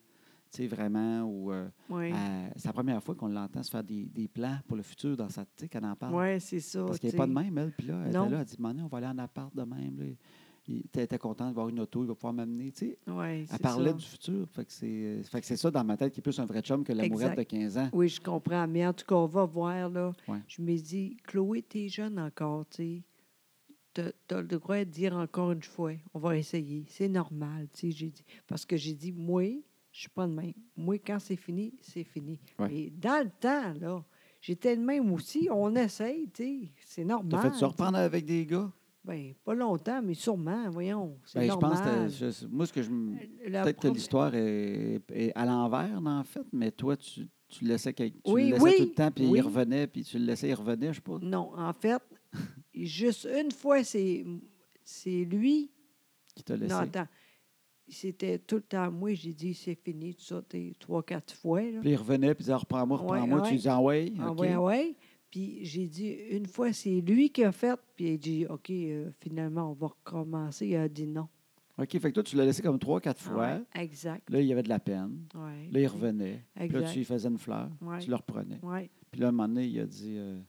Speaker 1: Tu sais, vraiment, où euh, à- c'est la première fois qu'on l'entend se faire des, des plans pour le futur dans sa tête, qu'elle en parle.
Speaker 2: Oui, c'est ça.
Speaker 1: Parce qu'elle
Speaker 2: oh, tu
Speaker 1: n'est pas
Speaker 2: sais.
Speaker 1: de même, elle. Puis là, elle
Speaker 2: Non.
Speaker 1: était là, elle dit Mané, on va aller en appart de même. là. Il était était content d'avoir une auto, il va pouvoir m'amener. Tu sais,
Speaker 2: Ouais,
Speaker 1: elle
Speaker 2: c'est
Speaker 1: parlait
Speaker 2: ça.
Speaker 1: du futur. Fait que c'est euh, fait que c'est ça dans ma tête qui est plus un vrai chum que l'amourette
Speaker 2: Exact.
Speaker 1: de 15 ans.
Speaker 2: Oui, je comprends. Mais en tout cas, on va voir, là.
Speaker 1: Ouais.
Speaker 2: Je me dis, Chloé, t'es jeune encore, tu sais. T'as as le droit de dire encore une fois, on va essayer. C'est normal, tu sais, j'ai dit. Parce que j'ai dit, moi, Je suis pas de même. Moi, quand c'est fini, c'est fini.
Speaker 1: Ouais.
Speaker 2: Mais dans le temps, là, j'étais de même aussi. On essaye, tu sais. C'est
Speaker 1: T'as
Speaker 2: normal.
Speaker 1: fait se reprendre avec des gars?
Speaker 2: Ben, pas longtemps, mais sûrement, voyons. C'est
Speaker 1: Ben, je pense
Speaker 2: normal.
Speaker 1: que je- moi, ce que je. m-
Speaker 2: La
Speaker 1: Peut-être que
Speaker 2: pro-
Speaker 1: l'histoire est, est à l'envers, non, en fait, mais toi, tu, tu le laissais, quel- tu
Speaker 2: Oui,
Speaker 1: le laissais
Speaker 2: oui,
Speaker 1: tout le temps, puis
Speaker 2: oui.
Speaker 1: il revenait, puis tu le laissais, il revenait, je sais pas.
Speaker 2: Non, en fait, juste une fois, c'est c'est lui.
Speaker 1: Qui t'a laissé.
Speaker 2: Non, attends. C'était tout le temps moi, j'ai dit c'est fini, tout ça, t'es trois, quatre fois. Là.
Speaker 1: Puis il revenait, puis il disait, Ah, reprends-moi,
Speaker 2: Ouais,
Speaker 1: reprends-moi.
Speaker 2: ouais.
Speaker 1: Tu disais, ah ouais,
Speaker 2: Ah
Speaker 1: OK.
Speaker 2: ouais, ah ouais. Puis j'ai dit, une fois, c'est lui qui a fait. Puis il a dit, OK, euh, finalement, on va recommencer. Il a dit non.
Speaker 1: OK, fait que toi, tu l'as laissé comme trois, quatre
Speaker 2: Ah
Speaker 1: fois.
Speaker 2: ouais, Exact.
Speaker 1: Là, il y avait de la peine.
Speaker 2: Ouais.
Speaker 1: Là, il revenait. Puis là,
Speaker 2: Exact.
Speaker 1: tu lui faisais une fleur.
Speaker 2: Ouais.
Speaker 1: Tu le reprenais.
Speaker 2: Ouais.
Speaker 1: Puis là, à un moment donné, il a dit, euh,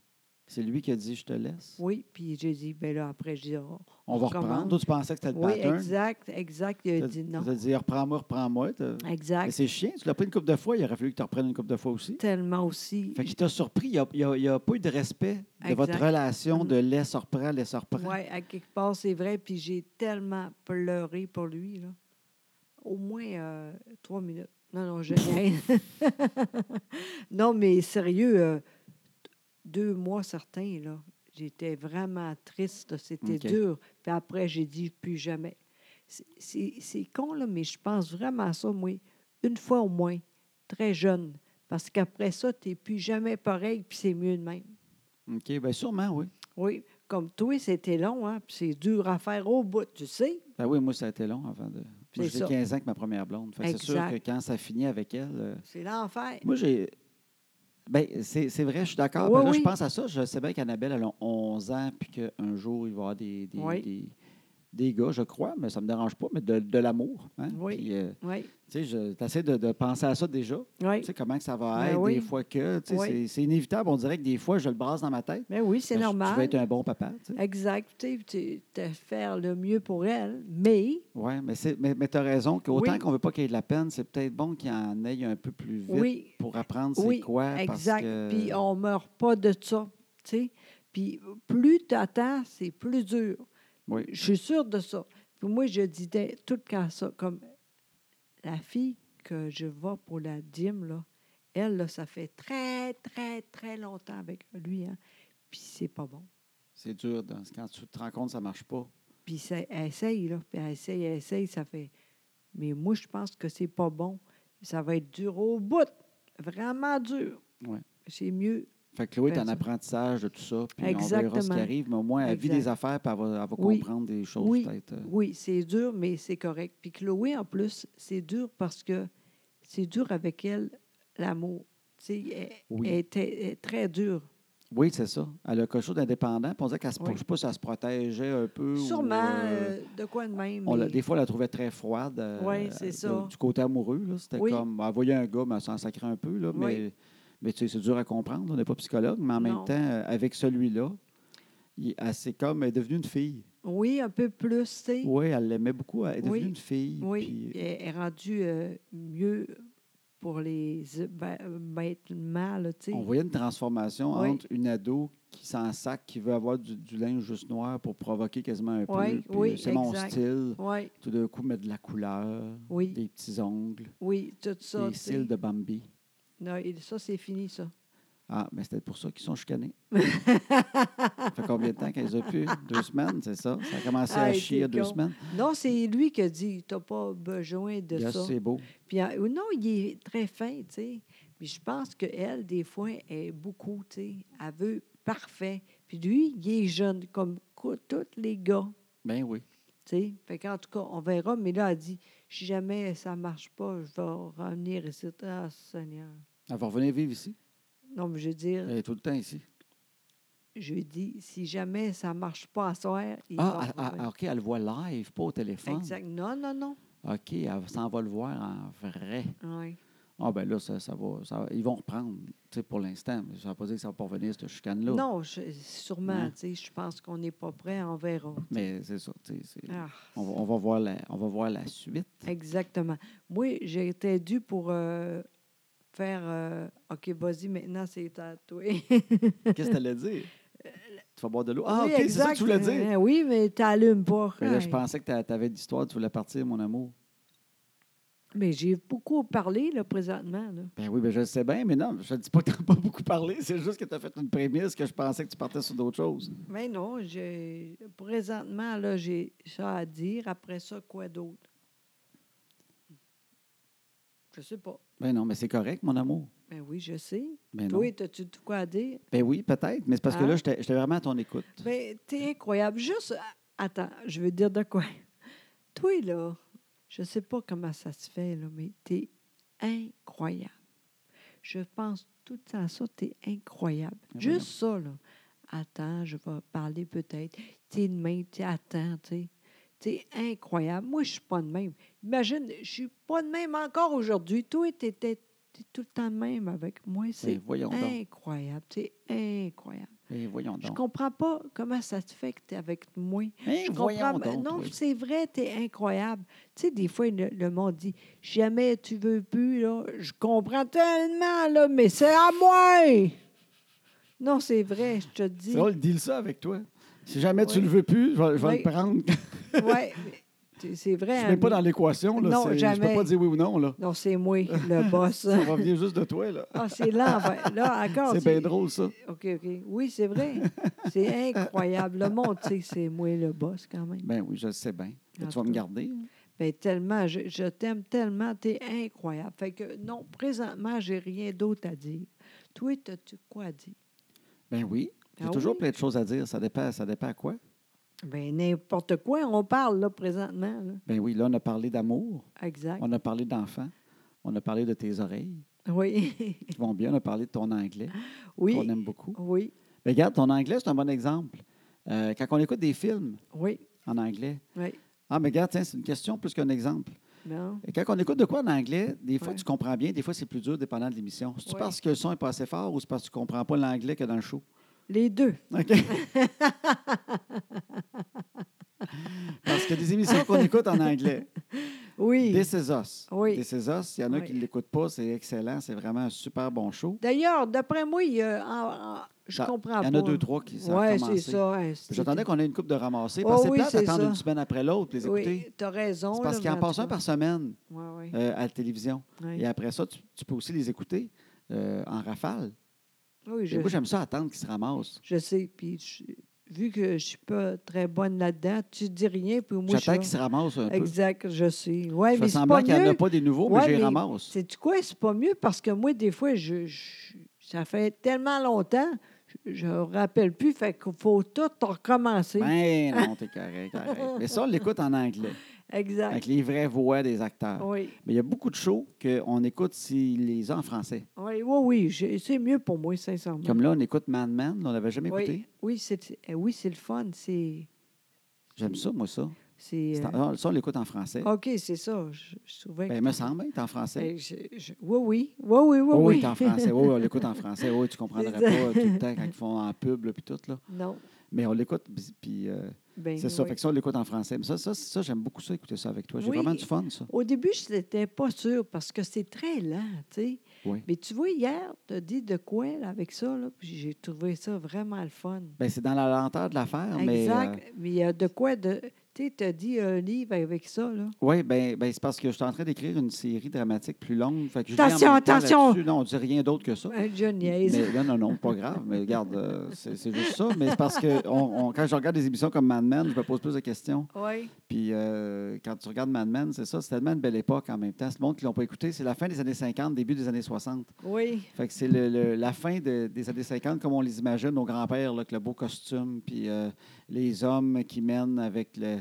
Speaker 1: c'est lui qui a dit, je te laisse.
Speaker 2: Oui, puis j'ai dit, ben là, après, j'ai dit, oh,
Speaker 1: On va
Speaker 2: recommence.
Speaker 1: reprendre. Toi, tu pensais que c'était le
Speaker 2: Oui,
Speaker 1: pattern.
Speaker 2: exact, exact. Il a dit non.
Speaker 1: Tu as dit, reprends-moi, reprends-moi. T'as- Mais
Speaker 2: Exact.
Speaker 1: c'est chiant. Tu l'as pris une couple de fois. Il aurait fallu que tu reprennes une couple de fois aussi.
Speaker 2: Tellement aussi.
Speaker 1: Fait qu'il t'a surpris. Il n'y a, il a pas eu de respect de
Speaker 2: Exact. Mm-hmm.
Speaker 1: votre relation de laisse reprend, laisse reprend.
Speaker 2: Oui, à quelque part, c'est vrai. Puis j'ai tellement pleuré pour lui, là. Au moins euh, trois minutes. Non, non, je rien. non, mais sérieux, euh, deux mois certains, là. J'étais vraiment triste. C'était
Speaker 1: OK.
Speaker 2: dur. Puis après, j'ai dit plus jamais. C'est- C'est c'est con, là, mais je pense vraiment à ça, moi. Une fois au moins, très jeune. Parce qu'après ça, tu n'es plus jamais pareil, puis c'est mieux de même.
Speaker 1: OK, bien sûrement, oui.
Speaker 2: Oui, comme toi, c'était long, hein, puis c'est dur à faire au bout, tu sais.
Speaker 1: Ben oui, moi, ça a été long avant de. Moi,
Speaker 2: C'est
Speaker 1: j'ai
Speaker 2: ça.
Speaker 1: 15 ans avec ma première blonde. Fait que C'est sûr que
Speaker 2: Exact.
Speaker 1: quand ça finit avec elle. euh,
Speaker 2: C'est l'enfer.
Speaker 1: Moi, j'ai. Ben, c'est c'est vrai, je suis d'accord.
Speaker 2: Oui,
Speaker 1: Ben là, je
Speaker 2: oui.
Speaker 1: pense à ça. Je sais bien qu'Annabelle, elle a 11 ans, puis qu'un jour, il va y avoir des, des,
Speaker 2: Oui.
Speaker 1: des, des gars, je crois, mais ça ne me dérange pas, mais de, de l'amour. hein.
Speaker 2: Oui.
Speaker 1: Puis, euh,
Speaker 2: Oui,
Speaker 1: tu sais, tu essaies de, de penser à ça déjà. Tu
Speaker 2: oui.
Speaker 1: sais, comment que ça va
Speaker 2: Ben
Speaker 1: être,
Speaker 2: oui.
Speaker 1: des fois que. tu sais,
Speaker 2: Oui.
Speaker 1: c'est- C'est inévitable. On dirait que des fois, je le brasse dans ma tête.
Speaker 2: Mais oui, c'est
Speaker 1: Ben, je- Tu vas
Speaker 2: normal.
Speaker 1: être un bon papa. tu sais.
Speaker 2: Exact. Tu sais, tu t'as faire le mieux pour elle, mais
Speaker 1: Ouais, mais, c'est- mais, mais tu as raison qu'autant
Speaker 2: Oui.
Speaker 1: qu'on veut pas qu'il y ait de la peine, c'est peut-être bon qu'il en aille un peu plus vite
Speaker 2: oui,
Speaker 1: pour apprendre c'est
Speaker 2: Oui,
Speaker 1: quoi.
Speaker 2: exact.
Speaker 1: Parce que...
Speaker 2: Puis on meurt pas de ça, tu sais. Puis plus tu attends, c'est plus dur.
Speaker 1: Oui.
Speaker 2: Je suis sûre de ça. Puis moi, je disais tout le temps ça, comme la fille que je vois pour la dîme, là, elle, là, ça fait très, très, très longtemps avec lui, hein. Puis c'est pas bon.
Speaker 1: C'est dur. dans- Quand tu te rends compte que ça marche pas.
Speaker 2: Puis ça- elle essaye, là. Puis elle essaye, elle essaye, ça fait... Mais moi, je pense que c'est pas bon. Ça va être dur au bout. Vraiment dur.
Speaker 1: Ouais.
Speaker 2: C'est mieux
Speaker 1: Fait que Chloé est en
Speaker 2: Ben, ça-
Speaker 1: apprentissage de tout ça, puis on verra ce qui
Speaker 2: Exactement.
Speaker 1: arrive, mais au moins, elle vit
Speaker 2: Exact.
Speaker 1: des affaires, puis elle va, elle va
Speaker 2: Oui.
Speaker 1: comprendre des choses,
Speaker 2: Oui.
Speaker 1: peut-être. euh.
Speaker 2: Oui, c'est dur, mais c'est correct. Puis Chloé, en plus, c'est dur parce que c'est dur avec elle, l'amour. Tu sais, elle,
Speaker 1: Oui.
Speaker 2: elle était elle est très dure.
Speaker 1: Oui, c'est ça. Elle a quelque chose d'indépendant, puis on dirait qu'elle se,
Speaker 2: Oui.
Speaker 1: je sais pas si elle se protégeait un peu. ou,
Speaker 2: Sûrement,
Speaker 1: euh,
Speaker 2: euh, de quoi de même.
Speaker 1: on l'a-
Speaker 2: mais-
Speaker 1: des fois, elle la trouvait très froide. euh,
Speaker 2: Oui, c'est
Speaker 1: de-
Speaker 2: ça.
Speaker 1: Du côté amoureux, là, c'était
Speaker 2: Oui.
Speaker 1: comme. Elle voyait un gars, mais elle s'en sacrait un peu, là,
Speaker 2: Oui.
Speaker 1: mais, mais tu sais, c'est dur à comprendre, on n'est pas psychologue, mais en même
Speaker 2: Non.
Speaker 1: temps, euh, avec celui-là, il- elle, c'est comme. Elle est devenue une fille.
Speaker 2: Oui, un peu plus, tu sais.
Speaker 1: Oui,
Speaker 2: Oui,
Speaker 1: elle l'aimait beaucoup. Elle est devenue
Speaker 2: Oui.
Speaker 1: une fille. puis-
Speaker 2: elle elle est rendue euh, mieux pour les ben, maintenant, là, tu sais.
Speaker 1: On voyait une transformation
Speaker 2: Oui.
Speaker 1: entre une ado qui s'en sac, qui veut avoir du, du linge juste noir pour provoquer quasiment un peu.
Speaker 2: Oui,
Speaker 1: puis,
Speaker 2: oui,
Speaker 1: euh, c'est mon
Speaker 2: exact.
Speaker 1: style.
Speaker 2: Oui,
Speaker 1: Tout d'un coup, mettre de la couleur,
Speaker 2: Oui.
Speaker 1: des petits ongles,
Speaker 2: oui, tout ça.
Speaker 1: des
Speaker 2: tu sais.
Speaker 1: cils de Bambi.
Speaker 2: Non, et ça, c'est fini, ça.
Speaker 1: Ah, mais c'était pour ça qu'ils sont chicanés. ça fait combien de temps qu'elles ont pu? Deux semaines, c'est ça? Ça a commencé à
Speaker 2: Hey,
Speaker 1: chier il y a
Speaker 2: t'es
Speaker 1: deux
Speaker 2: con.
Speaker 1: semaines.
Speaker 2: Non, c'est lui qui a dit, t'as pas besoin de
Speaker 1: Yes,
Speaker 2: ça.
Speaker 1: c'est beau.
Speaker 2: Puis, euh, ou non, il est très fin, tu sais. Puis je pense qu'elle, des fois, est beaucoup, tu sais. Elle veut parfait. Puis lui, il est jeune, comme co- tous les gars,
Speaker 1: Ben oui.
Speaker 2: tu sais. Fait qu'en tout cas, on verra. Mais là, elle dit, si jamais ça marche pas, je vais revenir ici. Ah, Seigneur.
Speaker 1: Elle va revenir vivre ici.
Speaker 2: Non, mais je veux dire,
Speaker 1: Elle est tout le temps ici.
Speaker 2: je dis, si jamais ça marche pas à soir, il
Speaker 1: Ah,
Speaker 2: va
Speaker 1: ah, ah,
Speaker 2: revenir.
Speaker 1: OK, elle le voit live, pas au téléphone.
Speaker 2: Exact. Non, non, non.
Speaker 1: OK, elle s'en va le voir en vrai.
Speaker 2: Oui.
Speaker 1: Ah ben là, ça, ça va, ça va- Ils vont reprendre, tu sais, pour l'instant. mais Ça ne veut pas dire que ça va pas revenir, cette chicane-là.
Speaker 2: Non, je- sûrement,
Speaker 1: Hein?
Speaker 2: tu sais, je pense qu'on n'est pas prêt, on verra.
Speaker 1: Mais c'est ça, tu sais, c'est-
Speaker 2: Ah,
Speaker 1: on, va- on va voir la, on va voir la suite.
Speaker 2: Exactement. Moi, j'étais due pour euh, faire euh, OK, vas-y, maintenant c'est tatoué.
Speaker 1: Qu'est-ce que tu allais dire? Tu vas boire de l'eau. Ah, OK, c'est ça que tu voulais dire.
Speaker 2: Euh, oui, mais t'allumes pas.
Speaker 1: Mais là, je
Speaker 2: Hey.
Speaker 1: pensais que tu avais de l'histoire, tu voulais partir, mon amour.
Speaker 2: Mais j'ai beaucoup parlé, là, présentement. là.
Speaker 1: Ben oui, ben je le sais bien, mais non, je ne dis pas que tu n'as pas beaucoup parlé, c'est juste que tu as fait une prémisse que je pensais que tu partais sur d'autres choses.
Speaker 2: Mais non, j'ai- présentement, là, j'ai ça à dire. Après ça, quoi d'autre? Je sais pas.
Speaker 1: Ben non, mais c'est correct, mon amour.
Speaker 2: Ben oui, je sais.
Speaker 1: Ben non.
Speaker 2: Toi, as-tu tout quoi à dire?
Speaker 1: Ben oui, peut-être, mais c'est parce que
Speaker 2: Hein?
Speaker 1: là, j'étais j'étais vraiment à ton écoute.
Speaker 2: Ben, t'es incroyable. Juste, a- attends, je veux dire de quoi. Toi, là, je sais pas comment ça se fait, là, mais t'es incroyable. Je pense tout le temps à ça, t'es incroyable.
Speaker 1: Ah, voyons.
Speaker 2: Juste ça, là. Attends, je vais parler peut-être. T'es de même, t'es attends, t'es. T'es incroyable. Moi, je suis pas de même. Imagine, je suis pas de même encore aujourd'hui. Toi, t'étais t'es tout le temps de même avec moi.
Speaker 1: Ben
Speaker 2: C'est
Speaker 1: voyons donc.
Speaker 2: incroyable. T'es incroyable.
Speaker 1: Ben voyons
Speaker 2: Je
Speaker 1: donc.
Speaker 2: comprends pas comment ça te fait que tu es avec moi.
Speaker 1: Ben
Speaker 2: Je
Speaker 1: voyons
Speaker 2: comprends.
Speaker 1: donc.
Speaker 2: non,
Speaker 1: toi.
Speaker 2: c'est vrai, tu es incroyable. Tu sais, des fois, le, le monde dit jamais tu veux plus, là. Je comprends tellement, là, mais c'est à moi! Non, c'est vrai, je te dis.
Speaker 1: C'est drôle, deal ça avec toi. Si jamais tu
Speaker 2: Oui.
Speaker 1: le veux plus, je vais, je vais
Speaker 2: Oui.
Speaker 1: le prendre.
Speaker 2: Ouais, mais c'est- c'est vrai.
Speaker 1: Je ne mets pas
Speaker 2: hein,
Speaker 1: dans l'équation. là.
Speaker 2: Non,
Speaker 1: C'est- Je ne
Speaker 2: jamais.
Speaker 1: peux pas dire oui ou non. Là.
Speaker 2: mais- Non, c'est moi, le boss.
Speaker 1: Ça va venir juste de toi. là.
Speaker 2: ah, c'est l'enfer. Là, encore.
Speaker 1: C'est
Speaker 2: tu-
Speaker 1: bien drôle, ça.
Speaker 2: OK, OK. Oui, c'est vrai. C'est incroyable. Le monde, tu sais, c'est moi, le boss, quand même.
Speaker 1: Ben oui, je le sais bien. Mais
Speaker 2: En
Speaker 1: Tu vas
Speaker 2: tout
Speaker 1: me
Speaker 2: cas.
Speaker 1: garder. hein?
Speaker 2: Ben, tellement, je, je t'aime tellement, t'es incroyable. Fait que non, présentement, j'ai rien d'autre à dire. Toi, t'as-tu quoi à dire?
Speaker 1: Ben oui. J'ai
Speaker 2: Ah
Speaker 1: toujours
Speaker 2: oui?
Speaker 1: plein de choses à dire. Ça dépend, ça dépend à quoi?
Speaker 2: Ben, n'importe quoi, on parle là présentement. là.
Speaker 1: Ben oui, là, on a parlé d'amour.
Speaker 2: Exact.
Speaker 1: On a parlé d'enfants. On a parlé de tes oreilles
Speaker 2: Oui.
Speaker 1: qui vont bien. On a parlé de ton anglais, qu'on
Speaker 2: oui.
Speaker 1: aime beaucoup.
Speaker 2: Oui.
Speaker 1: Mais regarde, ton anglais, c'est un bon exemple. Euh, quand on écoute des films
Speaker 2: Oui.
Speaker 1: en anglais,
Speaker 2: Oui.
Speaker 1: ah, mais regarde, tiens, c'est une question plus qu'un exemple.
Speaker 2: Non.
Speaker 1: Et Quand on écoute de quoi en anglais, des fois
Speaker 2: Ouais.
Speaker 1: tu comprends bien, des fois c'est plus dur dépendant de l'émission. C'est
Speaker 2: Ouais.
Speaker 1: parce que le son n'est pas assez fort ou c'est parce que tu ne comprends pas l'anglais que dans le show.
Speaker 2: Les deux.
Speaker 1: OK? parce que des émissions qu'on écoute en anglais,
Speaker 2: Oui.
Speaker 1: This Is Us.
Speaker 2: Oui.
Speaker 1: This Is Us, il y en a
Speaker 2: Oui.
Speaker 1: qui ne l'écoutent pas, c'est excellent, c'est vraiment un super bon show.
Speaker 2: D'ailleurs, d'après moi, il y a- en- en- je
Speaker 1: Ça-
Speaker 2: comprends
Speaker 1: il y
Speaker 2: pas.
Speaker 1: en a deux, trois qui savent
Speaker 2: Oui,
Speaker 1: commencer.
Speaker 2: Ah c'est ça. hein, c'est-
Speaker 1: J'attendais qu'on ait une coupe de ramassés.
Speaker 2: Oh
Speaker 1: Parce que
Speaker 2: oui,
Speaker 1: c'est
Speaker 2: c'est
Speaker 1: plate d'attendre
Speaker 2: ça.
Speaker 1: une semaine après l'autre, les écouter.
Speaker 2: Oui, t'as raison.
Speaker 1: c'est parce
Speaker 2: là,
Speaker 1: qu'il en
Speaker 2: mais en
Speaker 1: passe
Speaker 2: tout
Speaker 1: un
Speaker 2: cas.
Speaker 1: par semaine
Speaker 2: Ouais, ouais,
Speaker 1: euh, à la télévision.
Speaker 2: ouais.
Speaker 1: Et après ça, tu, tu peux aussi les écouter euh, en rafale.
Speaker 2: Oui,
Speaker 1: Et
Speaker 2: je,
Speaker 1: moi, j'aime ça attendre qu'ils se ramassent.
Speaker 2: Je sais. Puis je- vu que je suis pas très bonne là-dedans, tu dis rien, puis moi, je suis
Speaker 1: J'attends
Speaker 2: là.
Speaker 1: qu'ils se ramassent un peu.
Speaker 2: Exact, je sais. Oui,
Speaker 1: Je fais
Speaker 2: mais c'est
Speaker 1: semblant
Speaker 2: pas
Speaker 1: qu'il n'y en a
Speaker 2: mieux.
Speaker 1: pas des nouveaux, mais
Speaker 2: Ouais,
Speaker 1: je les
Speaker 2: mais
Speaker 1: ramasse.
Speaker 2: C'est quoi? C'est pas mieux parce que moi, des fois, je, je- ça fait tellement longtemps, je- je me rappelle plus, fait qu'il faut tout recommencer.
Speaker 1: Ben non, t'es correct, correct. Mais ça, on l'écoute en anglais, avec
Speaker 2: Exact.
Speaker 1: les vraies voix des acteurs.
Speaker 2: Oui,
Speaker 1: Mais il y a beaucoup de shows qu'on écoute s'il les a en français.
Speaker 2: oui, oui, oui, j'ai- c'est mieux pour moi, sincèrement.
Speaker 1: Comme là, on écoute Man Man, on l'avait jamais
Speaker 2: oui,
Speaker 1: écouté.
Speaker 2: oui, c'est eh oui, c'est le fun. C'est.
Speaker 1: J'aime ça, moi, ça.
Speaker 2: c'est,
Speaker 1: C'est
Speaker 2: euh,
Speaker 1: en- Ça, on l'écoute en français.
Speaker 2: OK, c'est ça. Je, je trouvais
Speaker 1: Ben,
Speaker 2: que-
Speaker 1: il me semble, hein, il est en français.
Speaker 2: Eh, je- je- oui, oui, oui, oui, oui.
Speaker 1: Oh, oui,
Speaker 2: oui.
Speaker 1: il est en français. Oui, on l'écoute en français. Oui, tu comprendrais
Speaker 2: C'est
Speaker 1: pas
Speaker 2: ça.
Speaker 1: tout le temps quand ils font en pub, là, puis tout, là.
Speaker 2: Non.
Speaker 1: Mais on l'écoute, puis- puis euh,
Speaker 2: Ben,
Speaker 1: c'est ça.
Speaker 2: oui.
Speaker 1: Fait que ça, on l'écoute en français. Mais ça, ça, ça j'aime beaucoup ça, écouter ça avec toi. J'ai
Speaker 2: Oui.
Speaker 1: vraiment du fun, ça.
Speaker 2: Au début, je n'étais pas sûre parce que c'est très lent, tu sais.
Speaker 1: Oui.
Speaker 2: Mais tu vois, hier, tu as dit de quoi là, avec ça, là, puis j'ai trouvé ça vraiment le fun.
Speaker 1: Ben, c'est dans la lenteur de l'affaire, Ah, mais... euh,
Speaker 2: exact. Mais il y a de quoi de. Tu sais, tu as dit un livre avec ça, là.
Speaker 1: oui, ben, ben, c'est parce que je suis en train d'écrire une série dramatique plus longue. Fait que je lis en
Speaker 2: Attention,
Speaker 1: même temps
Speaker 2: attention!
Speaker 1: là-dessus. Non, on dit rien d'autre que ça.
Speaker 2: Un je niaise.
Speaker 1: Mais, non, non, non, pas grave. Mais regarde, euh, c'est c'est juste ça. Mais c'est parce que on- on- quand je regarde des émissions comme Mad Men, je me pose plus de questions.
Speaker 2: Oui.
Speaker 1: Puis euh, quand tu regardes Mad Men, c'est ça, c'est tellement une belle époque en même temps. Ce monde qui l'ont pas écouté, c'est la fin des années 50, début des années 60.
Speaker 2: Oui.
Speaker 1: Fait que c'est le- le- la fin de- des années 50, comme on les imagine, nos grands-pères, là, avec le beau costume, puis euh, les hommes qui mènent avec le-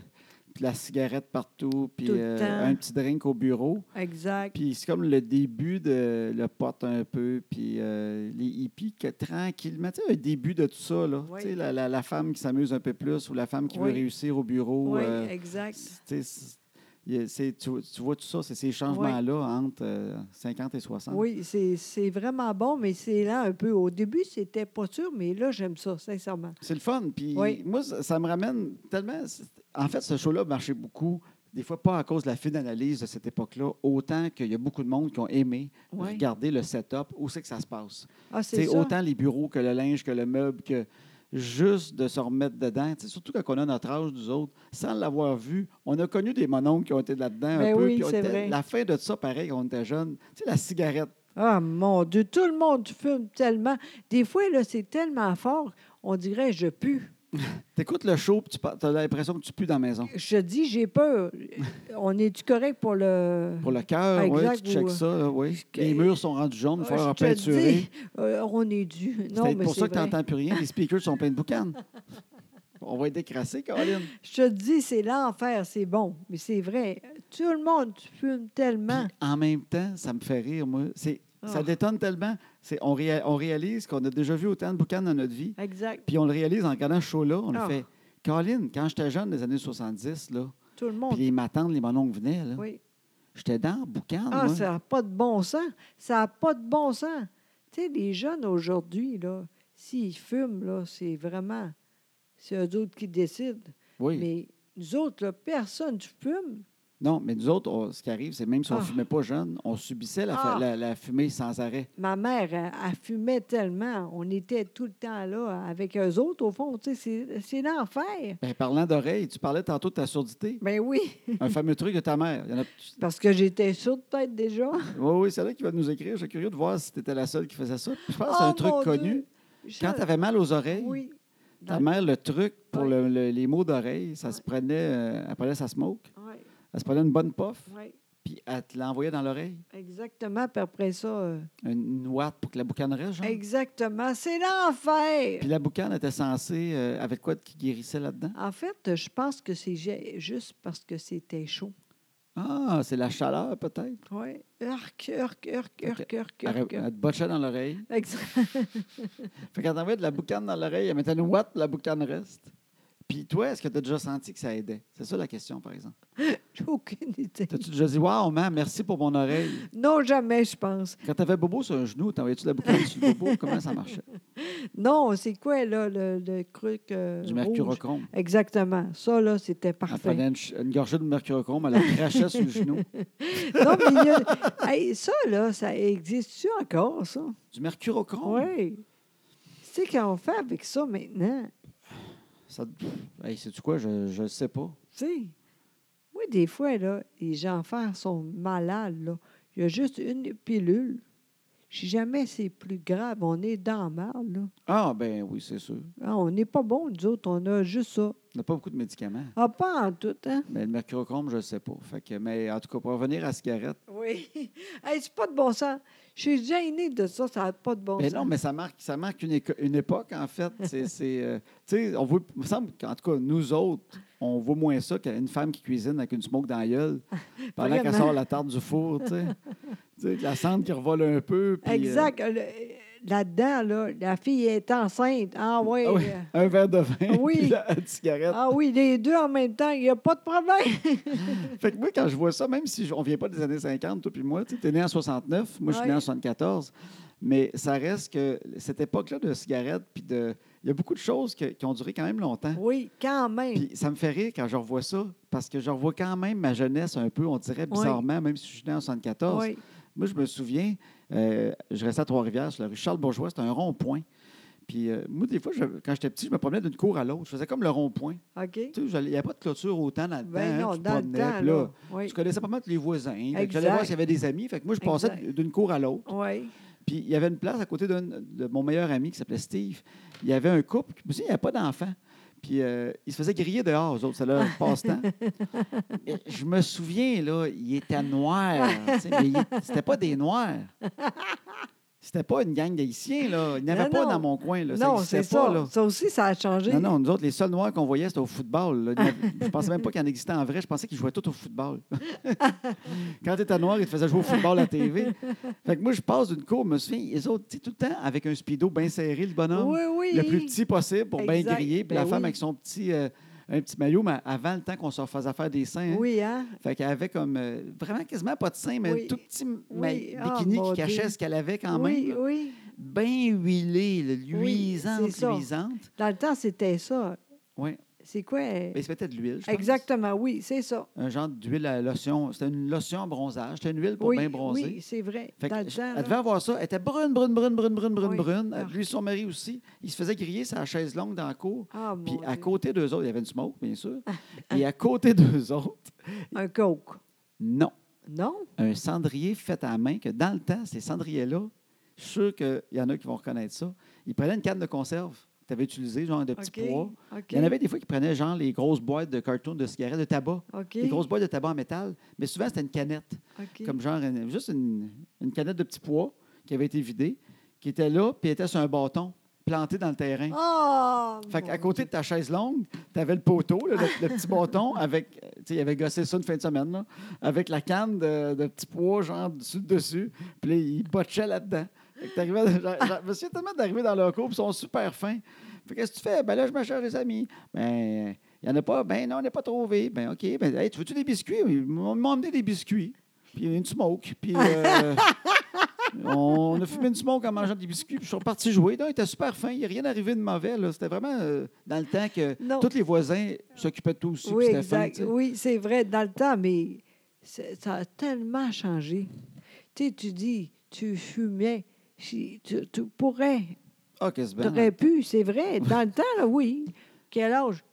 Speaker 1: puis la cigarette partout, puis
Speaker 2: Tout le
Speaker 1: euh,
Speaker 2: temps.
Speaker 1: un petit drink au bureau.
Speaker 2: Exact.
Speaker 1: Puis c'est comme le début de le pot un peu, puis euh, les hippies que, tranquillement. Tu sais, un début de tout ça, là.
Speaker 2: Oui.
Speaker 1: Tu sais, la, la- la femme qui s'amuse un peu plus ou la femme qui veut
Speaker 2: Oui.
Speaker 1: réussir au bureau.
Speaker 2: oui,
Speaker 1: euh,
Speaker 2: exact.
Speaker 1: c'est- tu sais, c'est- il y a- c'est- tu, vois- tu vois tout ça, c'est ces changements-là entre euh, 50 et 60.
Speaker 2: Oui, c'est c'est vraiment bon, mais c'est lent un peu. Au début, c'était pas sûr, mais là, j'aime ça, sincèrement.
Speaker 1: C'est le fun. Puis
Speaker 2: Oui.
Speaker 1: moi, ça, ça me ramène tellement. c'est- En fait, ce show-là marchait beaucoup. Des fois, pas à cause de la fine analyse de cette époque-là, autant qu'il y a beaucoup de monde qui ont aimé
Speaker 2: Oui.
Speaker 1: regarder le setup, où c'est que ça se passe.
Speaker 2: Ah,
Speaker 1: C'est
Speaker 2: c'est ça.
Speaker 1: autant les bureaux que le linge, que le meuble, que juste de se remettre dedans. Tu sais, surtout quand on a notre âge, nous autres, sans l'avoir vu, on a connu des mononcles qui ont été là-dedans
Speaker 2: Ben
Speaker 1: un peu.
Speaker 2: oui,
Speaker 1: puis on
Speaker 2: c'est
Speaker 1: était-
Speaker 2: vrai.
Speaker 1: La fin de ça, pareil, quand on était jeune. Tu sais, la cigarette.
Speaker 2: Ah, mon Dieu, tout le monde fume tellement. Des fois, là, c'est tellement fort, on dirait je pue.
Speaker 1: T'écoutes le show, puis tu as l'impression que tu pues dans la maison.
Speaker 2: Je dis, j'ai peur. On est-tu correct pour le.
Speaker 1: Pour le cœur, oui,
Speaker 2: Exact,
Speaker 1: tu checkes
Speaker 2: ou-
Speaker 1: ça. là, oui.
Speaker 2: que-
Speaker 1: Les murs sont rendus jaunes, il faut
Speaker 2: Ah,
Speaker 1: leur
Speaker 2: je te
Speaker 1: peinturer.
Speaker 2: dis, euh, on est dû.
Speaker 1: C'est
Speaker 2: Non,
Speaker 1: peut-être
Speaker 2: mais
Speaker 1: pour
Speaker 2: c'est
Speaker 1: ça que tu
Speaker 2: vrai.
Speaker 1: n'entends plus rien. Les speakers sont pleins de boucanes. On va être décrassés, Caroline.
Speaker 2: Je te dis, c'est l'enfer, c'est bon. Mais c'est vrai. Tout le monde fume tellement.
Speaker 1: Puis, en même temps, ça me fait rire, moi. C'est, Ça
Speaker 2: Ah.
Speaker 1: détonne tellement. C'est, on, réa- on réalise qu'on a déjà vu autant de boucans dans notre vie.
Speaker 2: Exact.
Speaker 1: Puis on le réalise en regardant ce show-là. On
Speaker 2: Ah.
Speaker 1: le fait. Caroline, quand j'étais jeune, des années 70, là,
Speaker 2: Tout le
Speaker 1: puis
Speaker 2: monde.
Speaker 1: les matantes, les mononcles venaient, là,
Speaker 2: Oui.
Speaker 1: j'étais dans le boucan.
Speaker 2: Ah,
Speaker 1: moi.
Speaker 2: ça n'a pas de bon sens. Ça n'a pas de bon sens. Tu sais, les jeunes aujourd'hui, là, s'ils fument, là, c'est vraiment. C'est eux autres qui décident.
Speaker 1: Oui.
Speaker 2: Mais nous autres, là, personne ne fume.
Speaker 1: Non, mais nous autres, on- ce qui arrive, c'est même si on ne
Speaker 2: Ah.
Speaker 1: fumait pas jeune, on subissait la, fa-
Speaker 2: Ah.
Speaker 1: la- la fumée sans arrêt.
Speaker 2: Ma mère, elle, elle fumait tellement. On était tout le temps là avec eux autres, au fond. Tu sais, c'est- c'est l'enfer.
Speaker 1: Ben, parlant d'oreille, tu parlais tantôt de ta surdité.
Speaker 2: Ben oui,
Speaker 1: un fameux truc de ta mère. Il y en a-
Speaker 2: parce que j'étais sûre de tête déjà.
Speaker 1: Oui, oui, c'est là qui va nous écrire. Je suis curieux de voir si tu étais la seule qui faisait ça. Puis je pense que c'est
Speaker 2: Oh,
Speaker 1: un truc
Speaker 2: mon Dieu.
Speaker 1: connu.
Speaker 2: Je-
Speaker 1: Quand tu avais mal aux oreilles,
Speaker 2: Ah. Oui.
Speaker 1: ta
Speaker 2: Dans-
Speaker 1: mère, le truc pour
Speaker 2: Ouais.
Speaker 1: le- le- les maux d'oreille, ça se
Speaker 2: Ouais.
Speaker 1: prenait, euh, elle prenait sa smoke,
Speaker 2: Oui,
Speaker 1: elle se prenait une bonne puff,
Speaker 2: oui,
Speaker 1: puis elle te l'envoyait dans l'oreille,
Speaker 2: exactement. Puis après ça, euh,
Speaker 1: une, une ouate pour que la boucane reste, genre.
Speaker 2: exactement. C'est l'enfer.
Speaker 1: Ah. Puis la boucane était censée, euh, avec quoi qui guérissait là-dedans?
Speaker 2: En fait, je pense que c'est ju- juste parce que c'était chaud.
Speaker 1: Ah, c'est la chaleur, peut-être.
Speaker 2: Oui. Urk, urk, urk, urk, urk,
Speaker 1: Elle,
Speaker 2: urk,
Speaker 1: elle
Speaker 2: urk.
Speaker 1: te botchait dans l'oreille.
Speaker 2: Exact.
Speaker 1: Fait qu'elle t'envoyait de la boucane dans l'oreille, elle mettait une ouate, la boucane reste. Puis toi, est-ce que tu as déjà senti que ça aidait? C'est ça la question, par exemple.
Speaker 2: J'ai aucune idée.
Speaker 1: T'as-tu déjà dit, waouh, maman, merci pour mon oreille?
Speaker 2: Non, jamais, je pense.
Speaker 1: Quand t'avais bobo sur un genou, t'envoyais-tu de la boucane sur le bobo? Comment ça marchait?
Speaker 2: Non, c'est quoi, là, le, le truc euh,
Speaker 1: Du
Speaker 2: rouge?
Speaker 1: mercurochrome.
Speaker 2: Exactement. Ça, là, c'était
Speaker 1: Elle
Speaker 2: parfait.
Speaker 1: prenait une, ch- une gorgée de mercurochrome, elle la crachait sur le genou.
Speaker 2: Non, mais il y a- Hey, ça, là, ça existe-tu encore, ça?
Speaker 1: Du mercurochrome?
Speaker 2: Oui. Tu sais, qu'on fait avec ça maintenant,
Speaker 1: Ça, pff, hey, sais-tu quoi? Je, je le sais pas.
Speaker 2: tu sais, moi, des fois, là, les enfants sont malades, là. Il y a juste une pilule. Si jamais c'est plus grave, on est dans le mal, là.
Speaker 1: Ah, ben oui, c'est sûr.
Speaker 2: Ah, on n'est pas bon, nous autres, on a juste ça.
Speaker 1: On n'a pas beaucoup de médicaments.
Speaker 2: Ah, pas en tout, hein?
Speaker 1: Mais le mercurochrome, je le sais pas. Fait que, mais en tout cas, pour revenir à la cigarette.
Speaker 2: Oui. Hey, c'est pas de bon sens. Je suis gênée de ça, ça n'a pas de bon
Speaker 1: Mais
Speaker 2: sens.
Speaker 1: Ben non, mais ça marque, ça marque une, éco- une époque, en fait. C'est, c'est, euh, tu sais, on voit, il me semble qu'en tout cas, nous autres, on voit moins ça qu'une femme qui cuisine avec une smoke dans la gueule pendant qu'elle
Speaker 2: Vraiment.
Speaker 1: sort la tarte du four, tu sais. Tu sais, la cendre qui revole un peu. puis, euh,
Speaker 2: Exact. Le- Là-dedans, là, la fille est enceinte. Ah oui.
Speaker 1: ah oui,
Speaker 2: euh,
Speaker 1: un verre de vin,
Speaker 2: Oui.
Speaker 1: puis la- une cigarette.
Speaker 2: Ah oui, les deux en même temps, il n'y a pas de problème.
Speaker 1: Fait que moi, quand je vois ça, même si je- on ne vient pas des années 50, toi puis moi, tu es né en 69, moi je suis né
Speaker 2: Ouais.
Speaker 1: en 74, mais ça reste que cette époque-là de cigarettes, puis de. Il y a beaucoup de choses que- qui ont duré quand même longtemps.
Speaker 2: Oui, quand même.
Speaker 1: Puis ça me fait rire quand je revois ça, parce que je revois quand même ma jeunesse un peu, on dirait bizarrement, même si je suis né en 74.
Speaker 2: Oui.
Speaker 1: Moi, je me souviens, euh, je restais à Trois-Rivières, sur la rue Charles-Bourgeois, c'était un rond-point. Puis euh, moi, des fois, je- quand j'étais petit, je me promenais d'une cour à l'autre. Je faisais comme le rond-point.
Speaker 2: OK.
Speaker 1: Tu sais, j'allais- Il n'y avait pas de clôture autant dans le
Speaker 2: Ben
Speaker 1: temps. hein,
Speaker 2: non,
Speaker 1: tu te
Speaker 2: dans le
Speaker 1: promenais,
Speaker 2: temps,
Speaker 1: puis là,
Speaker 2: là. Oui.
Speaker 1: Je connaissais pas mal tous les voisins. Fait que J'allais
Speaker 2: Exact.
Speaker 1: voir s'il y avait des amis. Fait que moi, je passais
Speaker 2: Exact.
Speaker 1: d'une cour à l'autre.
Speaker 2: Oui.
Speaker 1: Puis il y avait une place à côté d'un- de mon meilleur ami qui s'appelait Steve. Il y avait un couple, qui- aussi, il n'y avait pas d'enfant. Puis euh, ils se faisaient griller dehors, eux autres, c'est leur passe-temps. Mais Je me souviens, là, il était noir. tu sais, mais il- c'était pas des noirs. C'était pas une gang d'Haïtiens, là. Il n'y en avait
Speaker 2: Non,
Speaker 1: pas
Speaker 2: non.
Speaker 1: dans mon coin, là. Ça
Speaker 2: Non,
Speaker 1: n'existait
Speaker 2: c'est
Speaker 1: pas,
Speaker 2: ça.
Speaker 1: là.
Speaker 2: Ça aussi, ça a changé.
Speaker 1: Non, non, nous autres, les seuls noirs qu'on voyait, c'était au football. là. Il y avait- Je pensais même pas qu'il en existait en vrai. Je pensais qu'ils jouaient tout au football. Quand tu étais noir, ils te faisaient jouer au football à TV. Fait que moi, je passe d'une cour, je me souviens, les autres, tu sais, tout le temps avec un speedo bien serré, le bonhomme.
Speaker 2: Oui, oui.
Speaker 1: Le plus petit possible pour bien
Speaker 2: Exact.
Speaker 1: griller. Puis
Speaker 2: Ben
Speaker 1: la femme
Speaker 2: oui.
Speaker 1: avec son petit, euh, un petit maillot, mais avant le temps qu'on se faisait faire des seins. hein.
Speaker 2: Oui, hein?
Speaker 1: Fait qu'elle avait comme euh, vraiment quasiment pas de seins, mais
Speaker 2: Oui.
Speaker 1: un tout petit ma-
Speaker 2: Oui. Ah,
Speaker 1: bikini
Speaker 2: mon
Speaker 1: qui
Speaker 2: Dieu.
Speaker 1: cachait ce qu'elle avait quand même.
Speaker 2: oui,
Speaker 1: là.
Speaker 2: oui.
Speaker 1: Bien huilée, là, luisante,
Speaker 2: c'est ça.
Speaker 1: luisante.
Speaker 2: Dans le temps, c'était ça.
Speaker 1: Oui.
Speaker 2: C'est quoi? euh,
Speaker 1: Mais c'est peut-être l'huile, je pense.
Speaker 2: Exactement, oui, c'est ça.
Speaker 1: Un genre d'huile à lotion. C'était une lotion bronzage. C'était une huile pour
Speaker 2: oui,
Speaker 1: bien bronzer.
Speaker 2: oui, c'est vrai.
Speaker 1: Fait que
Speaker 2: Dans le
Speaker 1: je-
Speaker 2: temps,
Speaker 1: elle
Speaker 2: là,
Speaker 1: devait avoir ça. Elle était brune, brune, brune, brune, brune, brune,
Speaker 2: Oui.
Speaker 1: brune.
Speaker 2: Ah.
Speaker 1: Lui, son mari aussi. Il se faisait griller sa chaise longue dans la cour.
Speaker 2: ah,
Speaker 1: Puis à
Speaker 2: mon Dieu, Ah,
Speaker 1: côté d'eux autres, il y avait une smoke, bien sûr. Et à côté d'eux autres,
Speaker 2: un coke.
Speaker 1: non.
Speaker 2: Non?
Speaker 1: Un cendrier fait à la main, que dans le temps, ces cendriers-là, je suis sûr qu'il y en a qui vont reconnaître ça. Ils prenaient une canne de conserve que tu avais utilisée, genre de petits
Speaker 2: OK,
Speaker 1: pois.
Speaker 2: OK,
Speaker 1: Il y en avait des fois qui prenaient, genre, les grosses boîtes de cartons de cigarettes, de tabac.
Speaker 2: OK,
Speaker 1: Les grosses boîtes de tabac en métal. Mais souvent, c'était une canette.
Speaker 2: OK.
Speaker 1: comme genre une- juste une, une canette de petits pois qui avait été vidée, qui était là, puis était sur un bâton planté dans le terrain.
Speaker 2: Ah!
Speaker 1: Fait
Speaker 2: mon
Speaker 1: qu'à côté de ta chaise longue, tu avais le poteau, là, le, le petit bâton, avec. Tu sais, il avait gossé ça une fin de semaine, là, avec la canne de, de petits pois, genre, dessus, dessus. Puis là, il botchait là-dedans. Fait que t'arrivais- genre- genre, je me souviens tellement d'arriver dans leur cours, puis ils sont super fins. Fait que, qu'est-ce que tu fais? Ben là, je me cherche des amis. Ben, il n'y en a pas. Ben non, on n'est pas trouvé. Ben OK. Ben, hey, tu veux-tu des biscuits? Ils m'ont ils m'ont emmené des biscuits. Puis une smoke. Puis. euh, on a fumé une smoke en mangeant des biscuits, puis je suis reparti jouer. Donc, il était super fin. Il n'y a rien arrivé de mauvais. là. C'était vraiment euh, dans le temps que
Speaker 2: Non.
Speaker 1: tous les voisins s'occupaient de tout aussi. puis
Speaker 2: Oui,
Speaker 1: c'était fin,
Speaker 2: exact.
Speaker 1: tu sais.
Speaker 2: Oui, c'est vrai, dans le temps, mais c'est- ça a tellement changé. Tu sais, tu dis, tu fumais, si- tu, tu pourrais,
Speaker 1: Ah, qu'est-ce
Speaker 2: tu
Speaker 1: ben,
Speaker 2: aurais pu, c'est vrai. Dans le temps, là, oui. Quel âge?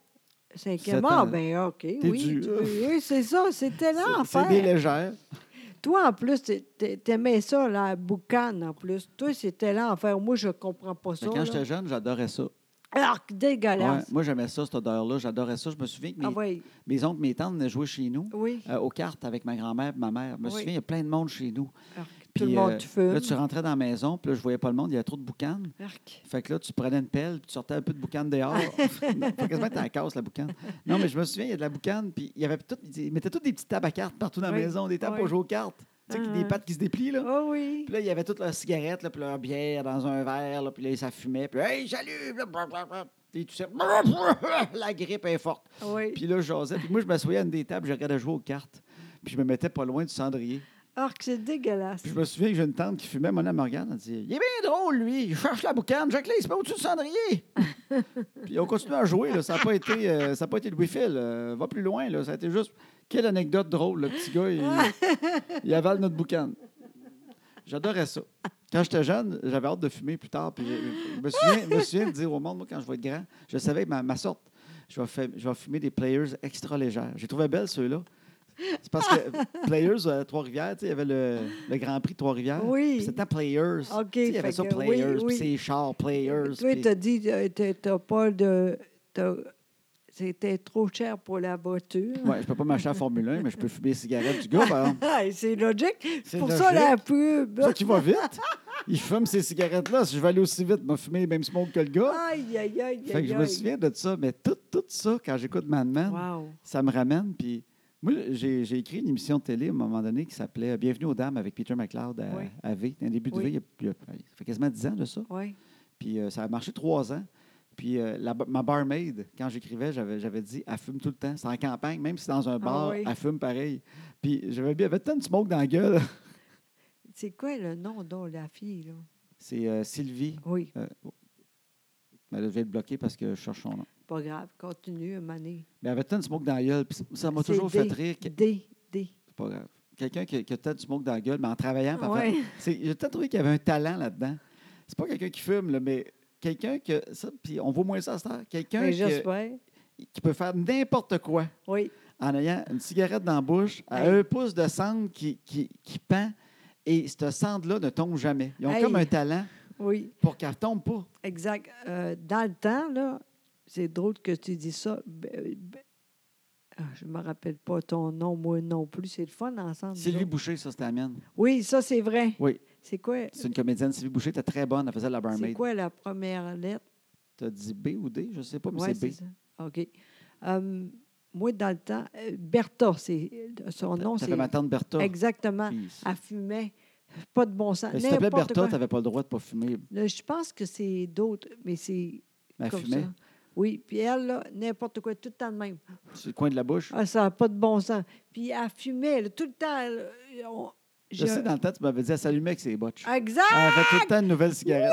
Speaker 1: Sept
Speaker 2: Cinquième âge,
Speaker 1: ans.
Speaker 2: ben OK,
Speaker 1: T'es
Speaker 2: oui.
Speaker 1: dû.
Speaker 2: tu- oui, c'est ça,
Speaker 1: c'est-
Speaker 2: c'était l'enfer.
Speaker 1: C'est des légères.
Speaker 2: Toi, en plus, t'es- t'es- t'aimais ça, la boucane, en plus. Toi, c'était l'enfer. Moi, je comprends pas ça.
Speaker 1: Mais quand
Speaker 2: là.
Speaker 1: j'étais jeune, j'adorais ça.
Speaker 2: Alors, dégueulasse.
Speaker 1: Ouais, moi, j'aimais ça, cette odeur-là. J'adorais ça. Je me souviens que mes,
Speaker 2: Ah oui,
Speaker 1: mes oncles, mes tantes venaient jouer chez nous
Speaker 2: oui.
Speaker 1: euh, aux cartes avec ma grand-mère et ma mère. Je me
Speaker 2: Oui.
Speaker 1: souviens, il y a plein de monde chez nous.
Speaker 2: Arc, tout
Speaker 1: Puis,
Speaker 2: le monde
Speaker 1: euh,
Speaker 2: tu fume.
Speaker 1: Là, tu rentrais dans la maison, puis là, je voyais pas le monde. Il y avait trop de boucanes.
Speaker 2: Arc.
Speaker 1: Fait que là, tu prenais une pelle, puis tu sortais un peu de boucane dehors. non, faut quasiment que t'en casses, la boucane. Non, mais je me souviens, il y a de la boucane, puis il y avait tout, ils mettaient toutes des petites tables à cartes partout dans la
Speaker 2: Oui,
Speaker 1: maison, des tables
Speaker 2: oui.
Speaker 1: pour jouer aux cartes. Tu sais, qui- des
Speaker 2: Ah.
Speaker 1: pattes qui se déplient, là.
Speaker 2: Ah oui.
Speaker 1: Puis là, il y avait toutes leurs cigarettes, là, puis leur bière dans un verre, là, puis là, ça fumait, puis hey, salut! Puis là, brr, brr, brr. Et tu sais, brr, brr, la grippe est forte.
Speaker 2: ah Oui.
Speaker 1: Puis là, je jasais. Puis moi, je m'assoyais à une des tables, je regardais jouer aux cartes. Puis je me mettais pas loin du cendrier.
Speaker 2: Alors que c'est dégueulasse.
Speaker 1: Puis je me souviens que j'ai une tante qui fumait, mon me regarde, elle dit Il est bien drôle, lui, il cherche la boucane, Jacques il se met au-dessus du cendrier. Puis on continue à jouer, là. ça n'a pas été euh, ça a pas été Louis Phil, euh, va plus loin, là. ça a été juste quelle anecdote drôle, le petit gars, il, il avale notre boucane. J'adorais ça. Quand j'étais jeune, j'avais hâte de fumer plus tard. Puis je, je me souviens, je me souviens de dire au monde, moi, quand je vais être grand, je savais ma, ma sorte. Je vais, fa- je vais fumer des players extra légères. J'ai trouvé belles ceux-là. C'est parce que Players à Trois-Rivières, tu sais, il y avait le, le Grand Prix de Trois-Rivières.
Speaker 2: Oui.
Speaker 1: Puis C'était Players.
Speaker 2: OK,
Speaker 1: Tu sais, Il y avait
Speaker 2: fait
Speaker 1: ça
Speaker 2: que oui,
Speaker 1: Players,
Speaker 2: oui.
Speaker 1: puis c'est chars, Players.
Speaker 2: Toi,
Speaker 1: puis-
Speaker 2: t'as dit, euh, t'as t'as pas de. t'as- C'était trop cher pour la voiture.
Speaker 1: Ouais, je peux pas m'acheter la Formule 1, mais je peux fumer les cigarettes du gars, par exemple.
Speaker 2: Ah, et c'est logique.
Speaker 1: C'est
Speaker 2: Pour ça, la
Speaker 1: logique.
Speaker 2: pub.
Speaker 1: C'est ça qui va vite. Il fume ces cigarettes-là. Si je vais aller aussi vite, me fumer les mêmes smoke que le gars.
Speaker 2: Aïe, aïe, aïe,
Speaker 1: Fait hein. que je me souviens de ça, mais tout, tout ça, quand j'écoute Mad Men,
Speaker 2: Wow.
Speaker 1: ça me ramène. Puis moi, j'ai j'ai écrit une émission de télé à un moment donné qui s'appelait Bienvenue aux Dames avec Peter McLeod à,
Speaker 2: Oui.
Speaker 1: à V, un début de V,
Speaker 2: Oui.
Speaker 1: il y a- il y a- ça fait quasiment 10 ans de ça.
Speaker 2: Oui.
Speaker 1: Puis euh, ça a marché trois ans. Puis euh, la ba- ma barmaid, quand j'écrivais, j'avais, j'avais dit, elle fume tout le temps. C'est en campagne, même si c'est dans un bar,
Speaker 2: Ah oui.
Speaker 1: elle fume pareil. Puis j'avais bien, elle avait tant de smoke dans la gueule.
Speaker 2: C'est quoi le nom de la fille, là?
Speaker 1: C'est euh, Sylvie.
Speaker 2: Oui,
Speaker 1: Mais là, je vais le bloquer parce que je cherche son nom.
Speaker 2: pas grave. Continue, Mané.
Speaker 1: Mais elle avait tant de smoke dans la gueule. Puis ça- ça m'a
Speaker 2: C'est
Speaker 1: toujours fait
Speaker 2: D.
Speaker 1: rire. que-
Speaker 2: D, D.
Speaker 1: C'est pas grave. Quelqu'un qui, qui a tant de smoke dans la gueule, mais en travaillant, par
Speaker 2: Ouais.
Speaker 1: C'est- J'ai peut-être trouvé qu'il y avait un talent là-dedans. C'est pas quelqu'un qui fume, là, mais quelqu'un que. ça, puis on voit moins ça à cette heure. Quelqu'un
Speaker 2: Mais
Speaker 1: que-
Speaker 2: j'espère.
Speaker 1: qui peut faire n'importe quoi
Speaker 2: Oui.
Speaker 1: en ayant une cigarette dans la bouche, à
Speaker 2: Hey.
Speaker 1: un pouce de cendre qui, qui, qui pend, et cette cendre-là ne tombe jamais. Ils ont
Speaker 2: Hey.
Speaker 1: comme un talent
Speaker 2: Oui.
Speaker 1: pour qu'elle ne tombe pas.
Speaker 2: Exact. Euh, dans le temps, là, c'est drôle que tu dis ça. Ben, ben, ah, je ne me rappelle pas ton nom, moi non plus. C'est le fun ensemble. nous
Speaker 1: Sylvie
Speaker 2: autres.
Speaker 1: Boucher, ça, c'était la mienne.
Speaker 2: Oui, ça, c'est vrai.
Speaker 1: Oui.
Speaker 2: C'est quoi,
Speaker 1: C'est une comédienne. Sylvie Boucher était très bonne. Elle faisait de la
Speaker 2: c'est
Speaker 1: barmaid.
Speaker 2: quoi la première lettre?
Speaker 1: Tu as dit B ou D? Je sais pas, mais
Speaker 2: Ouais,
Speaker 1: c'est B.
Speaker 2: c'est ça. OK. Euh, moi, dans le temps, euh, Bertha, c'est euh, son nom,
Speaker 1: Ça
Speaker 2: c'est.
Speaker 1: fait ma tante Bertha.
Speaker 2: Exactement.
Speaker 1: Puis, si-
Speaker 2: Elle fumait. Pas de bon sens.
Speaker 1: ben, Si tu t'appelais
Speaker 2: n'importe
Speaker 1: Bertha,
Speaker 2: quoi.
Speaker 1: tu n'avais pas le droit de pas fumer.
Speaker 2: Là, Je pense que c'est d'autres, mais c'est
Speaker 1: Elle
Speaker 2: comme
Speaker 1: fumait.
Speaker 2: ça. Oui, puis elle, là, n'importe quoi, tout le temps de même.
Speaker 1: C'est le coin de la bouche.
Speaker 2: Ah, ça n'a pas de bon sens. Puis elle fumait là, tout le temps. elle- euh, on-
Speaker 1: Je
Speaker 2: j'ai-
Speaker 1: sais, Ah. dans le
Speaker 2: Ah,
Speaker 1: temps, tu m'avais dit, elle s'allumait avec ses botches.
Speaker 2: Exact!
Speaker 1: Elle avait tout le temps une nouvelle cigarette.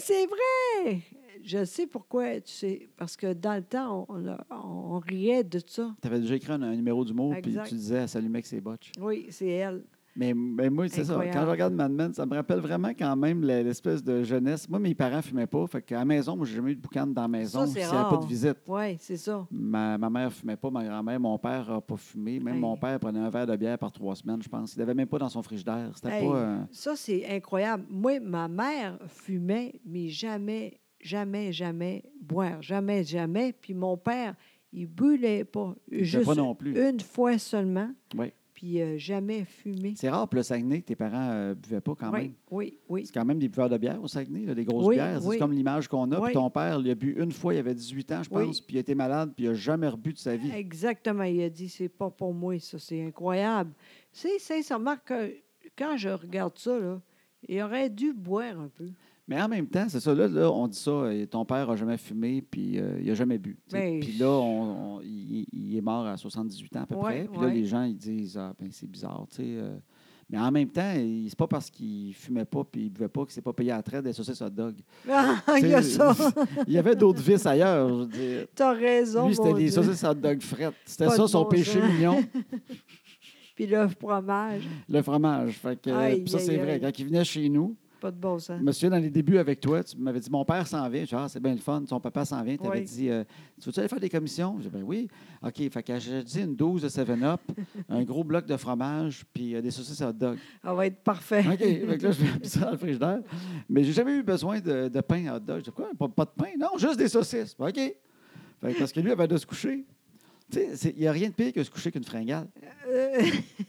Speaker 2: C'est vrai! je sais pourquoi, tu sais, parce que dans le temps, on, on a- on riait de ça.
Speaker 1: Tu avais déjà écrit un, un numéro d'humour, puis
Speaker 2: Exact.
Speaker 1: tu disais à Salut mec, c'est botch.
Speaker 2: Oui, c'est elle.
Speaker 1: Mais, mais moi, c'est ça.
Speaker 2: Incroyable.
Speaker 1: Quand je regarde Mad Men, ça me rappelle vraiment quand même la- l'espèce de jeunesse. Moi, mes parents fumaient pas. Fait qu'à la maison, moi, j'ai jamais eu de boucan dans la maison
Speaker 2: c'est
Speaker 1: s'il n'y avait pas
Speaker 2: rare.
Speaker 1: de visite.
Speaker 2: Oui, c'est ça.
Speaker 1: Ma, ma mère fumait pas, ma grand-mère, mon père n'a pas fumé. Même
Speaker 2: Hey.
Speaker 1: mon père prenait un verre de bière par trois semaines, je pense. Il n'avait même pas dans son frigidaire. C'était
Speaker 2: Hey.
Speaker 1: pas. euh,
Speaker 2: Ça, c'est incroyable. Moi, ma mère fumait, mais jamais, jamais, jamais boire. Jamais, jamais. Puis mon père, il brûlait pas.
Speaker 1: était
Speaker 2: Juste
Speaker 1: pas non plus.
Speaker 2: une fois seulement.
Speaker 1: Mm. Ouais.
Speaker 2: Puis euh, jamais fumé.
Speaker 1: C'est rare pour le Saguenay que tes parents ne buvaient pas quand même.
Speaker 2: Oui, oui, oui.
Speaker 1: C'est quand même des buveurs de bière au Saguenay, là, des grosses
Speaker 2: Oui,
Speaker 1: bières.
Speaker 2: oui.
Speaker 1: C'est comme l'image qu'on a.
Speaker 2: Oui.
Speaker 1: Puis ton père, il a bu une fois, il avait 18 ans, je
Speaker 2: Oui.
Speaker 1: pense, puis il était malade, puis il n'a jamais rebu de sa vie.
Speaker 2: Exactement. Il a dit, c'est pas pour moi, ça. C'est incroyable. C'est sincèrement que quand je regarde ça, là, il aurait dû boire un peu.
Speaker 1: Mais en même temps, c'est ça, là, là, on dit ça, euh, ton père n'a jamais fumé, puis euh, il n'a jamais bu. tu sais.
Speaker 2: Ben,
Speaker 1: puis là, on- on- il, il est mort à 78 ans à peu
Speaker 2: Ouais,
Speaker 1: près. Puis là,
Speaker 2: ouais.
Speaker 1: les gens, ils disent, ah, ben, c'est bizarre, tu sais. euh. mais en même temps, il- c'est pas parce qu'il fumait pas puis il buvait pas qu'il s'est pas payé à la traite des saucisses hot dog.
Speaker 2: Ah, il y a
Speaker 1: Tu sais,
Speaker 2: ça.
Speaker 1: il y avait d'autres vices ailleurs, je veux dire.
Speaker 2: T'as raison.
Speaker 1: Lui,
Speaker 2: mon
Speaker 1: c'était des
Speaker 2: Dieu.
Speaker 1: saucisses hot dog frettes. C'était
Speaker 2: Pas
Speaker 1: ça
Speaker 2: de
Speaker 1: son
Speaker 2: bon
Speaker 1: péché
Speaker 2: sens.
Speaker 1: mignon,
Speaker 2: Puis le fromage,
Speaker 1: le fromage. Fait que, euh,
Speaker 2: Aïe,
Speaker 1: puis ça,
Speaker 2: aïe,
Speaker 1: c'est vrai.
Speaker 2: aïe.
Speaker 1: Quand il venait chez nous,
Speaker 2: pas de bon sens.
Speaker 1: Je me souviens, dans les débuts avec toi, tu m'avais dit Mon père s'en vient. Je dis, Ah, c'est bien le fun, son papa s'en vient. Tu avais
Speaker 2: Oui.
Speaker 1: dit euh, Tu veux-tu aller faire des commissions Je dis Ben oui. OK, fait que j'ai dit une dose de 7-Up, un gros bloc de fromage, puis euh, des saucisses hot dog.
Speaker 2: Ça va être parfait.
Speaker 1: OK, fait que là, je vais mettre ça dans le frigidaire. Mais j'ai jamais eu besoin de, de pain à hot dog. Je dis Pourquoi pas, pas de pain Non, juste des saucisses. Ben, OK. Fait que parce que lui avait de se coucher. Tu sais, c'est- il n'y a rien de pire que se coucher qu'une fringale.
Speaker 2: Euh,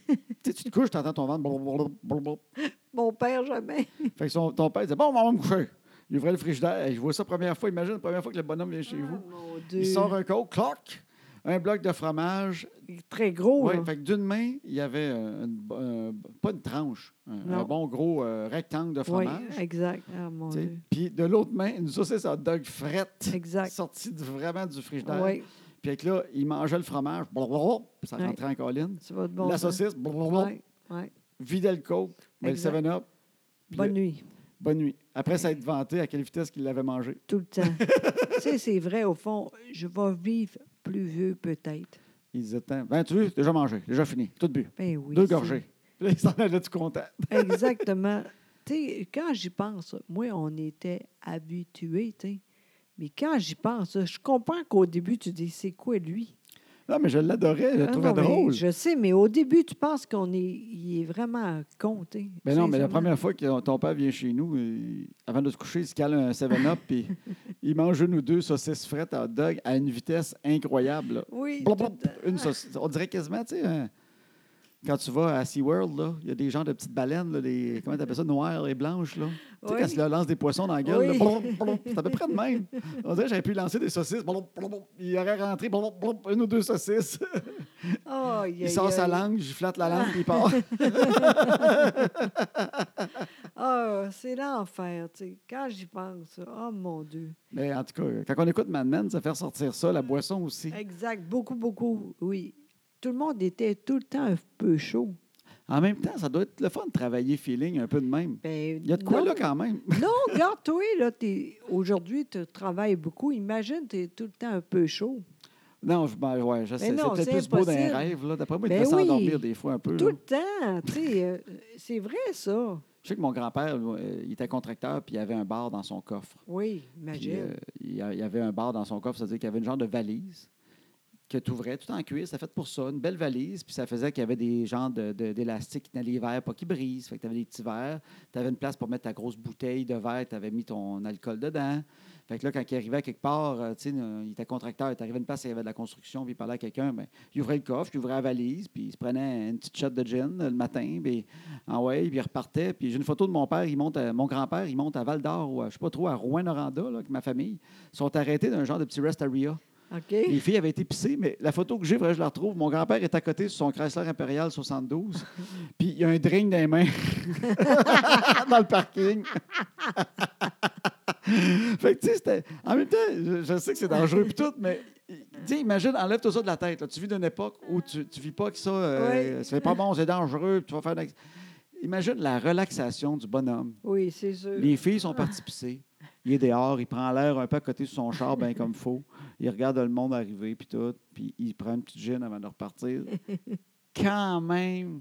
Speaker 1: Tu sais, tu te couches, tu entends ton ventre. blablabla, blablabla.
Speaker 2: mon père, jamais.
Speaker 1: Fait que son, ton père disait Bon, on va me coucher. Il ouvrait le frigidaire. Hey, Je vois ça première fois. Imagine la première fois que le bonhomme vient chez vous.
Speaker 2: Ah, mon Dieu.
Speaker 1: Il sort un coke, cloc, un bloc de fromage.
Speaker 2: Il est très gros.
Speaker 1: Ouais,
Speaker 2: là.
Speaker 1: fait que d'une main, il y avait euh, une bo- euh, pas une tranche, un, un
Speaker 2: Non.
Speaker 1: bon gros euh, rectangle de
Speaker 2: Oui,
Speaker 1: fromage.
Speaker 2: exact. Ah, mon
Speaker 1: tu sais.
Speaker 2: Dieu.
Speaker 1: Puis de l'autre main, une saucisse hot dog frette,
Speaker 2: Exact.
Speaker 1: sortie du- vraiment du frigidaire.
Speaker 2: Oui,
Speaker 1: Puis avec là, il mangeait le fromage, blablabla, puis ça
Speaker 2: Ouais.
Speaker 1: rentrait en colline.
Speaker 2: c'est votre bon
Speaker 1: La
Speaker 2: sens.
Speaker 1: saucisse, blablabla,
Speaker 2: Ouais, ouais.
Speaker 1: vidait le coke, mais le
Speaker 2: Exact.
Speaker 1: 7-Up, puis
Speaker 2: Bonne
Speaker 1: le-
Speaker 2: nuit,
Speaker 1: bonne nuit. Après, ça a été vanté à quelle vitesse qu'il l'avait mangé.
Speaker 2: tout le temps. tu sais, c'est vrai, au fond, je vais vivre plus vieux, peut-être.
Speaker 1: Il disait tant. Ben, tu veux, déjà mangé, déjà fini, tout bu,
Speaker 2: Ben oui.
Speaker 1: deux
Speaker 2: c'est- Ben,
Speaker 1: gorgées. Puis là, il s'en allait tout content.
Speaker 2: Exactement. tu sais, quand j'y pense, moi, on était habitués, tu sais. Mais quand j'y pense, je comprends qu'au début, tu dis, c'est quoi lui?
Speaker 1: Non, mais je l'adorais, je le
Speaker 2: Ah
Speaker 1: trouvais
Speaker 2: non, mais
Speaker 1: drôle.
Speaker 2: Je sais, mais au début, tu penses qu'on est, il est vraiment compté.
Speaker 1: Ben non, mais la première fois que ton père vient chez nous, il- avant de se coucher, il se cale un 7-Up, puis il mange une ou deux saucisses frites à hot dog à une vitesse incroyable. là.
Speaker 2: Oui.
Speaker 1: Blop,
Speaker 2: tout-
Speaker 1: blop, une saucisse. On dirait quasiment, tu sais, un- quand tu vas à SeaWorld, là, il y a des genres de petites baleines, là, les, comment tu appelles ça, noires et blanches. Là. Tu sais,
Speaker 2: Oui.
Speaker 1: quand tu leur lances des poissons dans la gueule, là,
Speaker 2: Oui.
Speaker 1: blop, blop, c'est à peu près de même. On dirait que j'avais pu lancer des saucisses. blop, blop, blop. il aurait rentré blop, blop, une ou deux saucisses.
Speaker 2: Ah, aïe,
Speaker 1: Il
Speaker 2: aïe,
Speaker 1: sort sa
Speaker 2: aïe.
Speaker 1: langue, je flatte la langue, puis il part.
Speaker 2: Ah, c'est l'enfer, tu sais. Quand j'y pense, oh mon Dieu.
Speaker 1: Mais en tout cas, quand on écoute Mad Men, ça fait ressortir ça, la boisson aussi.
Speaker 2: Exact, beaucoup, beaucoup, oui. Tout le monde était tout le temps un peu chaud.
Speaker 1: En même temps, ça doit être le fun de travailler feeling un peu de même.
Speaker 2: Ben,
Speaker 1: Il y a de quoi
Speaker 2: non.
Speaker 1: là quand même.
Speaker 2: Non, regarde, toi, là, t'es- aujourd'hui, tu travailles beaucoup. Imagine, tu es tout le temps un peu chaud.
Speaker 1: Non, je, ben, ouais, je sais. C'est
Speaker 2: non,
Speaker 1: peut-être
Speaker 2: c'est
Speaker 1: plus beau dans les
Speaker 2: impossible.
Speaker 1: rêves. là. D'après moi, il
Speaker 2: Ben
Speaker 1: devait
Speaker 2: oui.
Speaker 1: s'endormir des fois un peu.
Speaker 2: Tout
Speaker 1: là.
Speaker 2: le temps, tu sais. euh, c'est vrai, ça.
Speaker 1: Je sais que mon grand-père, lui, euh, il était contracteur, puis il avait un bar dans son coffre.
Speaker 2: Oui,
Speaker 1: Puis,
Speaker 2: imagine.
Speaker 1: euh, il a- il y avait un bar dans son coffre, c'est-à-dire qu'il y avait une genre de valise que tu ouvrais tout en cuir, c'était fait pour ça, une belle valise, puis ça faisait qu'il y avait des genres de- de- d'élastiques qui tenaient les verres, pas qu'ils brisent. Fait que tu avais des petits verres, tu avais une place pour mettre ta grosse bouteille de verre, tu avais mis ton alcool dedans. Fait que là, quand il arrivait à quelque part, euh, tu sais, euh, il était contracteur, il arrivé à une place, il y avait de la construction, puis il parlait à quelqu'un, ben, il ouvrait le coffre, il ouvrait la valise, puis il se prenait une petite shot de gin euh, le matin, puis ah ouais, puis il repartait. Puis j'ai une photo de mon père, il monte à- mon grand-père, il monte à Val d'Or, ou à- je sais pas trop, à Rouen-Noranda, là, avec ma famille. Ils sont arrêtés d'un genre de petit rest area.
Speaker 2: OK?
Speaker 1: euh, Les filles avaient été pissées, mais la photo que j'ai, faudrait que je la retrouve. Mon grand-père est à côté sur son Chrysler Impérial 72, puis il a un drink dans les mains dans le parking. fait que, tu sais, c'était- en même temps, je, je sais que c'est dangereux puis tout, mais tu sais, imagine, enlève tout ça de la tête. là. Tu vis d'une époque où tu ne vis pas que ça, euh,
Speaker 2: Oui.
Speaker 1: ça fait pas bon, c'est dangereux, puis tu vas faire... un acc- Imagine la relaxation du bonhomme.
Speaker 2: Oui, c'est sûr.
Speaker 1: Les filles sont parties pisser. Il est dehors, il prend l'air un peu à côté de son char, bien comme faut. Il regarde le monde arriver, puis tout. Puis il prend une petite gêne avant de repartir. Quand même,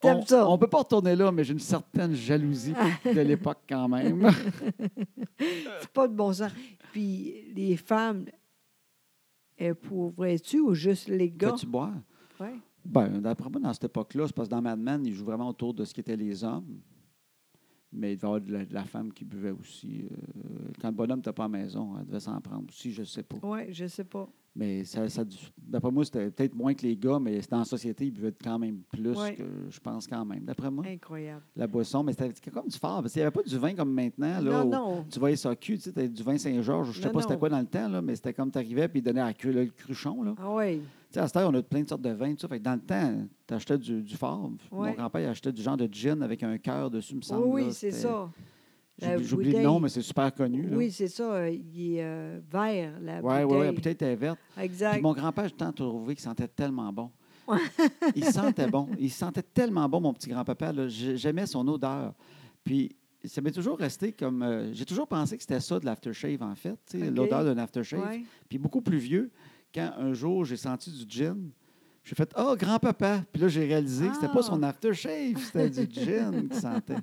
Speaker 2: T'aimes
Speaker 1: on,
Speaker 2: ça?
Speaker 1: on peut pas retourner là, mais j'ai une certaine jalousie de l'époque quand même.
Speaker 2: C'est pas de bon sens. Puis les femmes, elles pourraient-tu ou juste les gars?
Speaker 1: Fais-tu boire?
Speaker 2: Ouais.
Speaker 1: Ben, d'après moi, dans cette époque-là, c'est parce que dans Mad Men, ils jouent vraiment autour de ce qu'étaient les hommes. Mais il devait y avoir de la, de la femme qui buvait aussi. euh, quand le bonhomme n'était pas à la maison, elle devait s'en prendre aussi, je sais pas.
Speaker 2: Ouais, je sais pas.
Speaker 1: Mais ça, ça- d'après moi, c'était peut-être moins que les gars, mais c'était en société, ils buvaient quand même plus
Speaker 2: Ouais.
Speaker 1: que je pense quand même. D'après moi,
Speaker 2: Incroyable.
Speaker 1: la boisson, mais c'était c'était comme du fort. Parce qu'il n'y avait pas du vin comme maintenant. Là,
Speaker 2: non,
Speaker 1: au-
Speaker 2: non.
Speaker 1: Tu voyais ça cul, tu sais, t'avais du vin Saint-Georges, je ne sais
Speaker 2: Non,
Speaker 1: pas c'était
Speaker 2: non.
Speaker 1: quoi dans le temps, là, mais c'était comme tu arrivais puis ils donnaient à cul là, le cruchon. Là.
Speaker 2: Ah oui.
Speaker 1: Tu sais, à cette heure, on a plein de sortes de vins. tout ça. Fait que dans le temps, tu achetais du, du fort. Mon
Speaker 2: Ouais.
Speaker 1: grand-père il achetait du genre de gin avec un cœur dessus, me semble.
Speaker 2: Oui,
Speaker 1: là.
Speaker 2: oui, c'est
Speaker 1: C'était-
Speaker 2: ça. La
Speaker 1: J'oublie j'oublie le nom,
Speaker 2: bouteille.
Speaker 1: mais c'est super connu.
Speaker 2: Oui, c'est ça. euh, Il est euh, vert, la
Speaker 1: Oui, oui,
Speaker 2: bouteille.
Speaker 1: oui. Peut-être était verte. Puis
Speaker 2: Exact.
Speaker 1: mon grand-père, j'ai tant trouvé qu'il sentait tellement bon. il sentait bon. Il sentait tellement bon, mon petit grand-papa. là. J'ai- J'aimais son odeur. Puis ça m'est toujours resté comme. euh, j'ai toujours pensé que c'était ça de l'aftershave, en fait. tu sais,
Speaker 2: OK.
Speaker 1: L'odeur d'un aftershave.
Speaker 2: Ouais.
Speaker 1: Puis beaucoup plus vieux, quand un jour j'ai senti du gin, j'ai fait Oh, grand-papa! Puis là, j'ai réalisé que c'était pas
Speaker 2: Ah!
Speaker 1: son aftershave, c'était du gin qu'il sentait.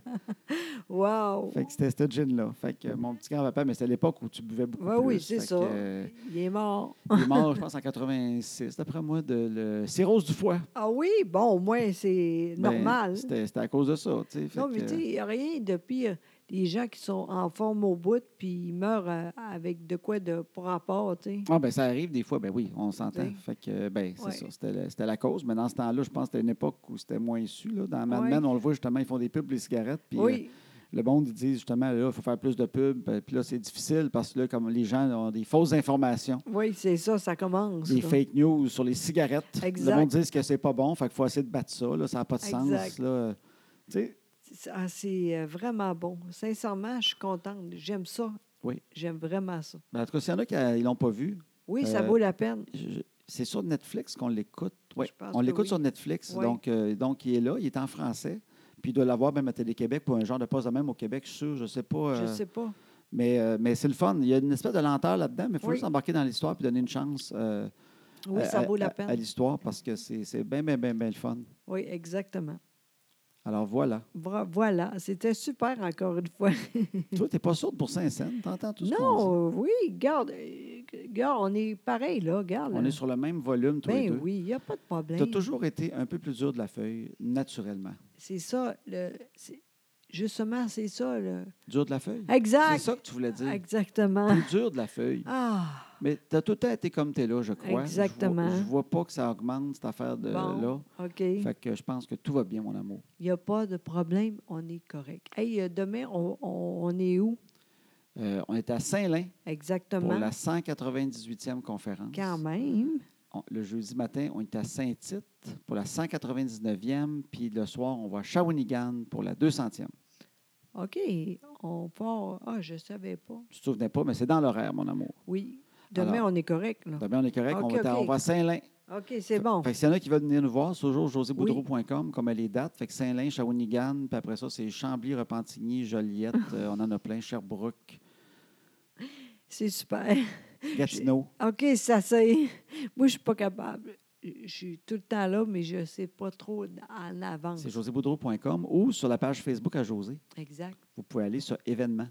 Speaker 2: Wow.
Speaker 1: Fait que c'était ce gin-là. Fait que euh, mon petit grand-papa, mais c'était l'époque où tu buvais beaucoup
Speaker 2: Ouais,
Speaker 1: plus.
Speaker 2: oui, c'est
Speaker 1: Fait que,
Speaker 2: ça.
Speaker 1: euh,
Speaker 2: Il est mort.
Speaker 1: il est mort, je pense, en 86, d'après moi, de le... cirrhose du foie.
Speaker 2: Ah oui, bon, au moins, c'est
Speaker 1: Ben,
Speaker 2: normal.
Speaker 1: C'était c'était à cause de ça. tu sais. Fait
Speaker 2: Non, mais
Speaker 1: que,
Speaker 2: tu sais, il n'y a rien de pire. Les gens qui sont en forme au bout, puis ils meurent euh, avec de quoi de pas rapport, tu sais.
Speaker 1: Ah, ben ça arrive des fois, ben oui, on s'entend.
Speaker 2: Oui.
Speaker 1: Fait que, ben, c'est
Speaker 2: Ouais.
Speaker 1: ça, c'était la, c'était la cause. Mais dans ce temps-là, je pense que c'était une époque où c'était moins su. Là. Dans Mad
Speaker 2: Ouais.
Speaker 1: Men, on le voit justement, ils font des pubs, les cigarettes. Puis, euh,
Speaker 2: Oui,
Speaker 1: le monde, ils disent justement, là, il faut faire plus de pubs. Ben, Puis là, c'est difficile parce que là, comme les gens ont des fausses informations,
Speaker 2: oui, c'est ça, ça commence.
Speaker 1: des
Speaker 2: là.
Speaker 1: fake news sur les cigarettes.
Speaker 2: Exact.
Speaker 1: Le monde dit que c'est pas bon, fait qu'il faut essayer de battre ça. Là, ça n'a pas de sens.
Speaker 2: Exact.
Speaker 1: Là. Tu sais,
Speaker 2: C'est- ah, c'est euh, vraiment bon. Sincèrement, je suis contente. J'aime ça.
Speaker 1: Oui.
Speaker 2: J'aime vraiment ça.
Speaker 1: ben, en tout cas, s'il y en a qui ne l'ont pas vu,
Speaker 2: Oui, ça
Speaker 1: Euh,
Speaker 2: vaut la peine.
Speaker 1: je- je- c'est sur Netflix qu'on l'écoute. Ouais,
Speaker 2: Je pense
Speaker 1: on
Speaker 2: que
Speaker 1: l'écoute
Speaker 2: oui.
Speaker 1: sur Netflix.
Speaker 2: Oui.
Speaker 1: Donc, euh, donc, il est là, il est en français. Puis il doit l'avoir même à Télé-Québec pour un genre de poste de même au Québec, je suis sûr, je sais pas.
Speaker 2: Je
Speaker 1: euh,
Speaker 2: sais pas.
Speaker 1: Mais, euh, mais c'est le fun. Il y a une espèce de lenteur là-dedans, mais il faut
Speaker 2: Oui.
Speaker 1: juste embarquer dans l'histoire puis donner une chance euh,
Speaker 2: Oui,
Speaker 1: à-
Speaker 2: ça
Speaker 1: à-
Speaker 2: vaut
Speaker 1: à-
Speaker 2: la
Speaker 1: à
Speaker 2: peine.
Speaker 1: l'histoire parce que c'est c'est bien, bien, bien, bien le fun.
Speaker 2: Oui, exactement.
Speaker 1: Alors voilà.
Speaker 2: Vra- Voilà, c'était super encore une fois.
Speaker 1: Toi, t'es pas sourde pour Saint-Saëns. T'entends tout ce qu'on dit.
Speaker 2: Non, oui, garde, euh, garde, on est pareil là, garde.
Speaker 1: On est sur le même volume, tous les
Speaker 2: euh, ben
Speaker 1: deux.
Speaker 2: oui, ben il n'y a pas de
Speaker 1: Tu as
Speaker 2: problème.
Speaker 1: toujours été un peu plus dur de la feuille, naturellement.
Speaker 2: C'est ça, le, c'est- justement, c'est ça. le-
Speaker 1: Dur de la feuille? C'est
Speaker 2: Exact.
Speaker 1: ça que tu voulais dire.
Speaker 2: Exactement.
Speaker 1: Plus dur de la feuille.
Speaker 2: Ah,
Speaker 1: Mais tu as tout le temps été comme t'es là, je crois. Je vois-
Speaker 2: Exactement.
Speaker 1: Je vois, pas que ça augmente, cette affaire de euh, là.
Speaker 2: bon, OK. Il
Speaker 1: Fait que je pense que tout va bien, mon amour.
Speaker 2: n'y a pas de problème, on est correct. Hey, euh, demain, on, on- on est où?
Speaker 1: Euh, on est à Saint-Lin pour
Speaker 2: Exactement.
Speaker 1: la 198e conférence.
Speaker 2: Quand même.
Speaker 1: On- le jeudi matin, on est à Saint-Tite pour la 199e. Puis le soir, on va à Shawinigan pour la 200e.
Speaker 2: OK, on part. Ah, je ne savais pas.
Speaker 1: Tu te souvenais pas, mais c'est dans l'horaire, mon amour.
Speaker 2: Oui. Demain,
Speaker 1: Alors-
Speaker 2: on est correct, là.
Speaker 1: Demain, on est correct. on,
Speaker 2: OK,
Speaker 1: va être à-
Speaker 2: OK.
Speaker 1: on va à Saint-Lin.
Speaker 2: OK, c'est bon.
Speaker 1: Fait que s'il y en a qui veulent venir nous voir, c'est toujours joséboudreau.com, comme elle est date. Fait que Saint-Lin, Shawinigan, puis après ça, c'est Chambly, Repentigny, Joliette. euh, on en a plein, Sherbrooke,
Speaker 2: C'est super.
Speaker 1: Gatineau.
Speaker 2: OK, ça c'est. Moi, je suis pas capable. Je suis tout le temps là, mais je ne sais pas trop en avance.
Speaker 1: C'est joséboudreau.com ou sur la page Facebook à José.
Speaker 2: Exact.
Speaker 1: Vous pouvez aller sur événements.